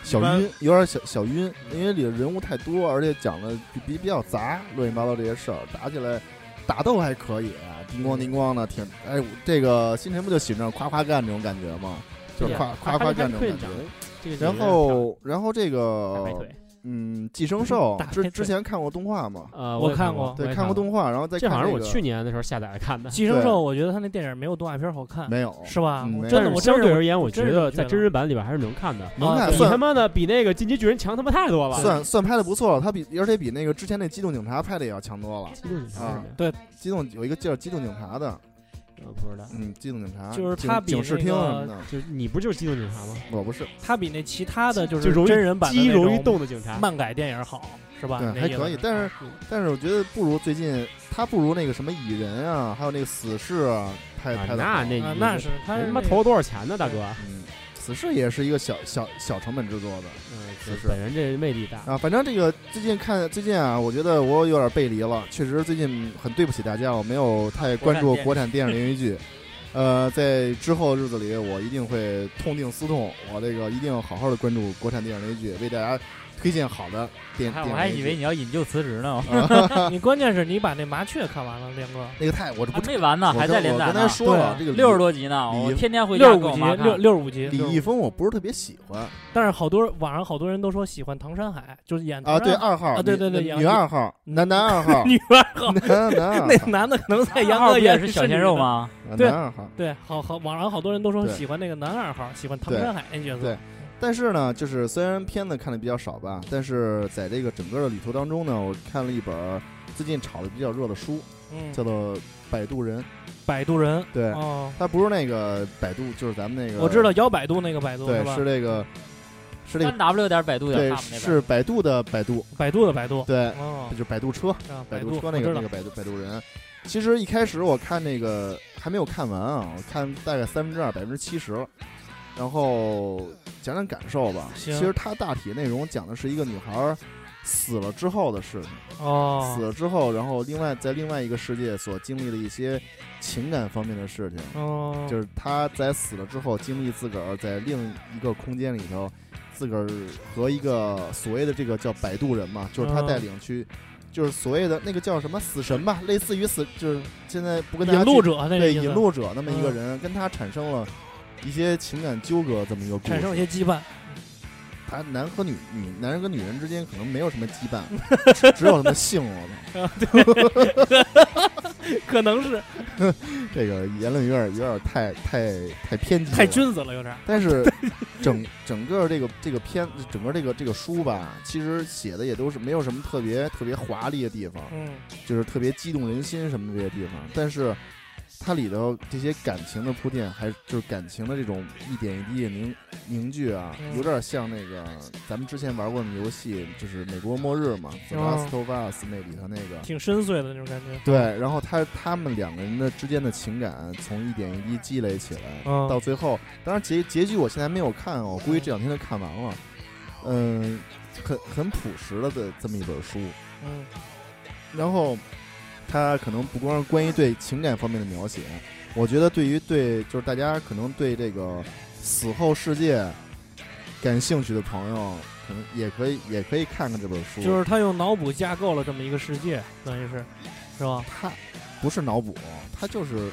[SPEAKER 2] 小
[SPEAKER 3] 一般嗯
[SPEAKER 2] 晕，有点儿小小晕，因为里头人物太多，而且讲的比比比较杂，乱七八糟这些事儿，打起来打斗还可以，啊叮
[SPEAKER 3] 嗯
[SPEAKER 2] 咣叮咣的，挺哎，这个星辰不就喜欢这种夸夸干这种感觉吗？就是夸
[SPEAKER 1] 啊
[SPEAKER 2] 夸夸干这种感觉。
[SPEAKER 1] 这个
[SPEAKER 2] 然后，然后这
[SPEAKER 1] 大白
[SPEAKER 2] 个，
[SPEAKER 1] 腿，
[SPEAKER 2] 嗯，寄生兽
[SPEAKER 5] 大白
[SPEAKER 2] 之
[SPEAKER 5] 腿
[SPEAKER 2] 之前看过动画吗？
[SPEAKER 1] 呃，
[SPEAKER 5] 我
[SPEAKER 1] 也
[SPEAKER 5] 看
[SPEAKER 1] 过
[SPEAKER 5] 过，
[SPEAKER 2] 对，
[SPEAKER 1] 我也
[SPEAKER 2] 看过动画，然后再
[SPEAKER 1] 这
[SPEAKER 2] 看
[SPEAKER 1] 好像是
[SPEAKER 2] 那
[SPEAKER 1] 我
[SPEAKER 2] 个
[SPEAKER 1] 去年的时候下载看的，
[SPEAKER 5] 寄生兽，我觉得他那电影没有动画片好看，
[SPEAKER 2] 没有
[SPEAKER 5] 是吧？
[SPEAKER 2] 嗯
[SPEAKER 5] 我
[SPEAKER 2] 没
[SPEAKER 5] 真
[SPEAKER 1] 但
[SPEAKER 5] 的，
[SPEAKER 1] 是
[SPEAKER 5] 我真
[SPEAKER 1] 相
[SPEAKER 5] 是
[SPEAKER 1] 对而言，我觉
[SPEAKER 5] 真是这么
[SPEAKER 1] 得在
[SPEAKER 5] 觉
[SPEAKER 1] 真人版里边还是能看的。
[SPEAKER 2] 能看
[SPEAKER 5] 啊
[SPEAKER 1] 比
[SPEAKER 2] 算
[SPEAKER 1] 他妈的，比那个《进击巨人》强他妈太多了。
[SPEAKER 2] 算算拍的不错了，他比而且比那个之前那《机动警察》拍的也要强多了。
[SPEAKER 1] 激动警察是什么呀？
[SPEAKER 2] 机动有一个叫《机动警察》的，
[SPEAKER 1] 我不知道，
[SPEAKER 2] 嗯，《机动警察》
[SPEAKER 5] 就是
[SPEAKER 2] 警
[SPEAKER 5] 他比
[SPEAKER 2] 警视
[SPEAKER 5] 那
[SPEAKER 2] 厅
[SPEAKER 5] 个
[SPEAKER 2] 什么的，
[SPEAKER 1] 就是你不就是机动警察吗？
[SPEAKER 2] 我不是，
[SPEAKER 5] 他比那其他的就
[SPEAKER 1] 就是容易
[SPEAKER 5] 真人版的
[SPEAKER 1] 鸡
[SPEAKER 5] 那
[SPEAKER 1] 容易
[SPEAKER 5] 种
[SPEAKER 1] 动的警察，
[SPEAKER 5] 漫改电影好，是吧？
[SPEAKER 2] 对
[SPEAKER 5] 那
[SPEAKER 2] 还
[SPEAKER 5] 意思
[SPEAKER 2] 可以但是但是我觉得不如最近他不如那个什么蚁人啊，还有那个死侍啊，拍
[SPEAKER 1] 啊
[SPEAKER 2] 拍嗯
[SPEAKER 1] 那
[SPEAKER 2] 的
[SPEAKER 1] 那
[SPEAKER 5] 啊
[SPEAKER 1] 你
[SPEAKER 5] 那是他
[SPEAKER 1] 人
[SPEAKER 5] 是
[SPEAKER 1] 哎他妈
[SPEAKER 5] 那
[SPEAKER 1] 投了多少钱呢，大哥？
[SPEAKER 2] 嗯，死侍也是一个小小小成本制作的，
[SPEAKER 1] 嗯，
[SPEAKER 2] 是是
[SPEAKER 1] 本人这魅力大，
[SPEAKER 2] 啊，反正这个最近看最近啊，我觉得我有点背离了，确实最近很对不起大家，我没有太关注国
[SPEAKER 4] 国
[SPEAKER 2] 产电视连续剧。呃，在之后的日子里，我一定会痛定思痛，我这个一定好好的关注国产电视连续剧，为大家推荐好的电
[SPEAKER 4] 还
[SPEAKER 2] 电
[SPEAKER 4] 哎我
[SPEAKER 2] 视
[SPEAKER 4] 还
[SPEAKER 2] 连续
[SPEAKER 4] 以为
[SPEAKER 2] 剧。
[SPEAKER 4] 你要引咎辞职
[SPEAKER 2] [laughs]
[SPEAKER 4] 呢，
[SPEAKER 2] 呃
[SPEAKER 5] 你关键是你把那麻雀看完了，亮哥，
[SPEAKER 2] 那个太我这不
[SPEAKER 4] 还没完呢，
[SPEAKER 2] 我
[SPEAKER 4] 啊还在
[SPEAKER 2] 刚
[SPEAKER 4] 连
[SPEAKER 2] 我
[SPEAKER 4] 载
[SPEAKER 2] 刚才
[SPEAKER 4] 呢，
[SPEAKER 2] 说了，这个
[SPEAKER 4] 六十多集呢，
[SPEAKER 2] 李
[SPEAKER 4] 我天天回家
[SPEAKER 5] 六十
[SPEAKER 4] 跟
[SPEAKER 5] 五
[SPEAKER 4] 我
[SPEAKER 5] 集
[SPEAKER 4] 妈，
[SPEAKER 5] 六
[SPEAKER 4] 看。
[SPEAKER 5] 六十五集，
[SPEAKER 2] 李
[SPEAKER 5] 六
[SPEAKER 2] 易峰我不是特别喜欢
[SPEAKER 5] 但是好多网上好多人都说喜欢唐山海，就是演唐
[SPEAKER 2] 啊，对
[SPEAKER 5] 山海
[SPEAKER 2] 二号
[SPEAKER 5] 啊对对对
[SPEAKER 2] 女
[SPEAKER 5] 杨
[SPEAKER 2] 女
[SPEAKER 5] 紫
[SPEAKER 2] 二号男男二号
[SPEAKER 5] [laughs] 女儿好，
[SPEAKER 2] 男男二号
[SPEAKER 5] [laughs] 那男的可能在杨
[SPEAKER 4] 二
[SPEAKER 5] 哥
[SPEAKER 4] 不也
[SPEAKER 5] 眼
[SPEAKER 4] 是
[SPEAKER 5] 里
[SPEAKER 4] 小鲜
[SPEAKER 5] 女
[SPEAKER 4] 肉
[SPEAKER 5] 的？
[SPEAKER 4] 吗？
[SPEAKER 2] 男二号。
[SPEAKER 5] 对，好好，网上好多人都说
[SPEAKER 2] 对
[SPEAKER 5] 喜欢那个男二号，喜欢唐
[SPEAKER 2] 对
[SPEAKER 5] 山海那角色。
[SPEAKER 2] 对但是呢，就是虽然片子看的比较少吧，但是在这个整个的旅途当中呢，我看了一本最近炒的比较热的书，
[SPEAKER 5] 嗯，
[SPEAKER 2] 叫做《摆渡人》。
[SPEAKER 5] 摆渡人。
[SPEAKER 2] 对，
[SPEAKER 5] 哦，
[SPEAKER 2] 它不是那个百度，就是咱们那个
[SPEAKER 5] 我知道，摇摆渡那个百度
[SPEAKER 2] 对
[SPEAKER 5] 是，吧嗯
[SPEAKER 2] 是？这个，是这个
[SPEAKER 4] 三 W 点百度点
[SPEAKER 2] 对，
[SPEAKER 4] com 那边。
[SPEAKER 2] 是百度的百度，
[SPEAKER 5] 百度的百度。
[SPEAKER 2] 对，
[SPEAKER 5] 哦，
[SPEAKER 2] 就是摆渡车，
[SPEAKER 5] 啊，
[SPEAKER 2] 摆
[SPEAKER 5] 渡
[SPEAKER 2] 渡车
[SPEAKER 5] 我
[SPEAKER 2] 那个
[SPEAKER 5] 知
[SPEAKER 2] 那
[SPEAKER 5] 道
[SPEAKER 2] 个。摆渡摆渡人。其实一开始我看那个还没有看完啊，我看大概三分之二，百分之七十了。然后讲讲感受吧。其
[SPEAKER 5] 行
[SPEAKER 2] 实它大体内容讲的是一个女孩儿死了之后的事情，死
[SPEAKER 5] 哦，
[SPEAKER 2] 了之后，然后另外在另外一个世界所经历的一些情感方面的事情，
[SPEAKER 5] 哦，
[SPEAKER 2] 就是她在死了之后经历自个儿在另一个空间里头，自个儿和一个所谓的这个叫摆渡人嘛，就是她
[SPEAKER 5] 嗯
[SPEAKER 2] 带领去，就是所谓的那个叫什么死神吧，类似于死，就是现在不跟大家
[SPEAKER 5] 引
[SPEAKER 2] 去
[SPEAKER 5] 路者那个
[SPEAKER 2] 对
[SPEAKER 5] 意思嗯
[SPEAKER 2] 引路者那么一个人，跟他产生了一些情感纠葛这么一个故
[SPEAKER 5] 产生
[SPEAKER 2] 事
[SPEAKER 5] 了。一些羁绊。
[SPEAKER 2] 他男和女女男人跟女人之间可能没有什么羁
[SPEAKER 5] [laughs]
[SPEAKER 2] 绊，只有什么性了。
[SPEAKER 5] 可能是
[SPEAKER 2] 这个言论有点有点太太太偏激了，
[SPEAKER 5] 太君子了，有点儿。
[SPEAKER 2] 但是整 [laughs] 整个这个这个片，整个这个这个书吧，其实写的也都是没有什么特别特别华丽的地方，
[SPEAKER 5] 嗯，
[SPEAKER 2] 就是特别激动人心什么这些地方。但是它里头这些感情的铺垫，还就是感情的这种一点一滴的凝凝聚啊，
[SPEAKER 5] 嗯
[SPEAKER 2] 有点像那个咱们之前玩过的游戏，就是《美国末日》嘛，《The
[SPEAKER 5] 哦
[SPEAKER 2] Last of Us》那里头那个。
[SPEAKER 5] 挺深邃的那种感觉。
[SPEAKER 2] 对，然后他他们两个人的之间的情感从一点一滴积累起来，
[SPEAKER 5] 嗯
[SPEAKER 2] 到最后，当然结结局我现在还没有看，啊我估计这两天就看完了。嗯，很很朴实的这这么一本书，
[SPEAKER 5] 嗯，
[SPEAKER 2] 然后它可能不光是关于对情感方面的描写，我觉得对于对就是大家可能对这个死后世界感兴趣的朋友，可能也可以也可以看看这本书，
[SPEAKER 5] 就是他用脑补架构了这么一个世界，等于是，是吧？
[SPEAKER 2] 它不是脑补，它就是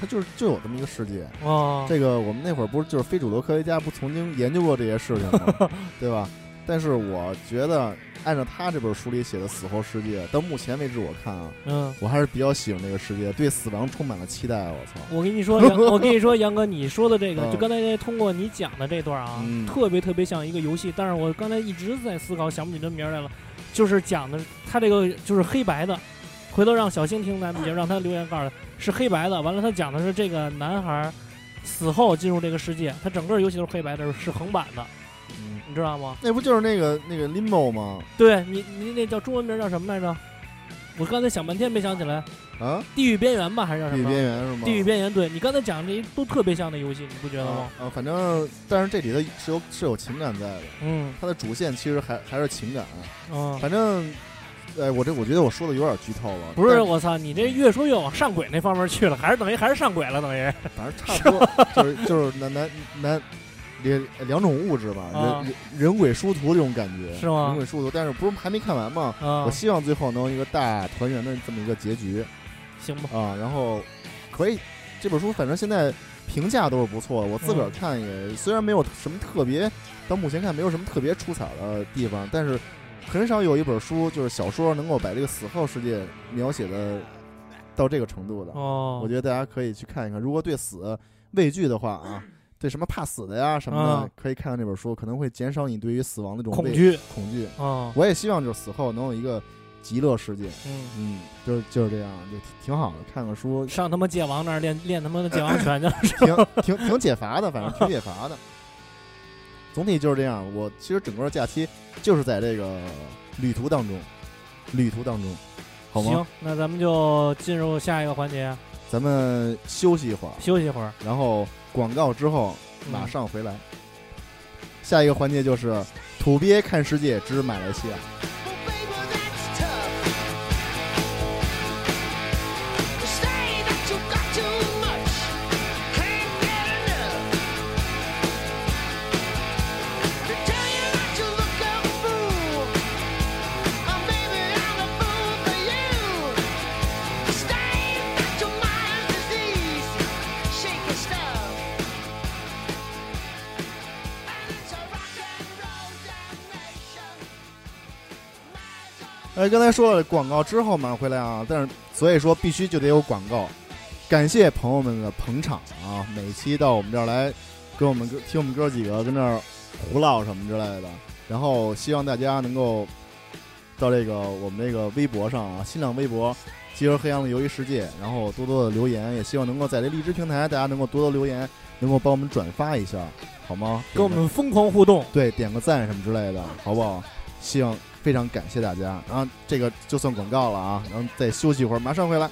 [SPEAKER 2] 它就是就有这么一个世界。
[SPEAKER 5] 哦，
[SPEAKER 2] 这个我们那会儿不是就是非主流科学家不曾经研究过这些事情
[SPEAKER 5] [laughs]
[SPEAKER 2] 吗？对吧？但是我觉得，按照他这本书里写的死后世界，到目前为止我看啊，
[SPEAKER 5] 嗯，
[SPEAKER 2] 我还是比较喜欢这个世界，对死亡充满了期待。我操！
[SPEAKER 5] 我跟你
[SPEAKER 2] [laughs]
[SPEAKER 5] 说，杨我跟你说，杨哥，你说的这个，
[SPEAKER 2] 嗯
[SPEAKER 5] 就刚才通过你讲的这段啊
[SPEAKER 2] 嗯，
[SPEAKER 5] 特别特别像一个游戏，但是我刚才一直在思考，想不起这名儿来了。就是讲的，他这个就是黑白的，回头让小星听咱们节目，让他留言告诉他是黑白的。完了，他讲的是这个男孩儿死后进入这个世界，他整个游戏都是黑白的，是横版的，
[SPEAKER 2] 嗯，
[SPEAKER 5] 你知道吗？
[SPEAKER 2] 那不就是那个那个 Limbo 吗？
[SPEAKER 5] 对你，你那叫中文名叫什么来着？我刚才想半天没想起来，
[SPEAKER 2] 啊，
[SPEAKER 5] 地狱边缘吧，还是叫什
[SPEAKER 2] 地狱
[SPEAKER 5] 么？
[SPEAKER 2] 边缘是吗？
[SPEAKER 5] 地狱边缘，对你刚才讲的这都特别像那游戏，你不觉得吗
[SPEAKER 2] 啊？啊，反正但是这里头是有是有情感在的，
[SPEAKER 5] 嗯
[SPEAKER 2] 它的主线其实还还是情感。啊
[SPEAKER 5] 嗯，
[SPEAKER 2] 反正，哎，我这我觉得我说的有点剧透了，
[SPEAKER 5] 不是，
[SPEAKER 2] 但
[SPEAKER 5] 我操，你这越说越往上轨那方面去了，还是等于还是上轨了，等于。
[SPEAKER 2] 反正差不多，就是就是男男男两两种物质吧，
[SPEAKER 5] 啊
[SPEAKER 2] 人人人鬼殊途这种感觉
[SPEAKER 5] 是吗
[SPEAKER 2] 人鬼殊途，但是不是还没看完吗？
[SPEAKER 5] 啊
[SPEAKER 2] 嗯我，希望最后能有一个大团圆的这么一个结局
[SPEAKER 5] 行吧，
[SPEAKER 2] 啊，然后可以这本书反正现在评价都是不错的，我
[SPEAKER 5] 嗯
[SPEAKER 2] 自个儿看也虽然没有什么特别，到目前看没有什么特别出彩的地方，但是很少有一本书就是小说能够把这个死后世界描写的到这个程度的。
[SPEAKER 5] 哦，
[SPEAKER 2] 我觉得大家可以去看一看。如果对死畏惧的话
[SPEAKER 5] [clears throat]
[SPEAKER 2] 啊，对什么怕死的呀什么的，
[SPEAKER 5] 嗯
[SPEAKER 2] 可以看看这本书，可能会减少你对于死亡的这种
[SPEAKER 5] 恐
[SPEAKER 2] 畏
[SPEAKER 5] 惧
[SPEAKER 2] 恐惧。
[SPEAKER 5] 啊，
[SPEAKER 2] 我也希望就是死后能有一个极乐世界，
[SPEAKER 5] 嗯，，
[SPEAKER 2] 嗯，就是就是这样，就挺挺好的。看看书
[SPEAKER 5] [laughs] 上他妈界王那儿练练他妈的界王拳去了，
[SPEAKER 2] 挺挺挺解乏的，反正挺解乏的。总体就是这样。我其实整个假期就是在这个旅途当中，旅途当中，好吗
[SPEAKER 5] 行？，那咱们就进入下一个环节，
[SPEAKER 2] 咱们休息一会儿，
[SPEAKER 5] 休息一会儿，
[SPEAKER 2] 然后广告之后
[SPEAKER 5] 嗯
[SPEAKER 2] 马上回来。下一个环节就是土鳖看世界之马来西亚。
[SPEAKER 6] Well, baby, that's tough. To say that you got too much, can't get enough. To tell you that you look a fool, or maybe I'm a fool for you. Say that your mind's disease, shaky stuff. And it's a rock and roll damnation.
[SPEAKER 2] 哎，刚才说了广告之后马上回来啊，但是所以说必须就得有广告。感谢朋友们的捧场啊，每期到我们这儿来跟我们哥听我们哥几个跟这儿胡唠什么之类的，然后希望大家能够到这个我们这个微博上啊，新浪微博。集合黑羊的游戏世界，然后多多的留言，也希望能够在这荔枝平台，大家能够多多留言，能够帮我们转发一下，好吗？
[SPEAKER 5] 跟我们疯狂互动。
[SPEAKER 2] 对，点个赞什么之类的，好不好？希望非常感谢大家。然后这个就算广告了啊，然后再休息一会儿，马上回来。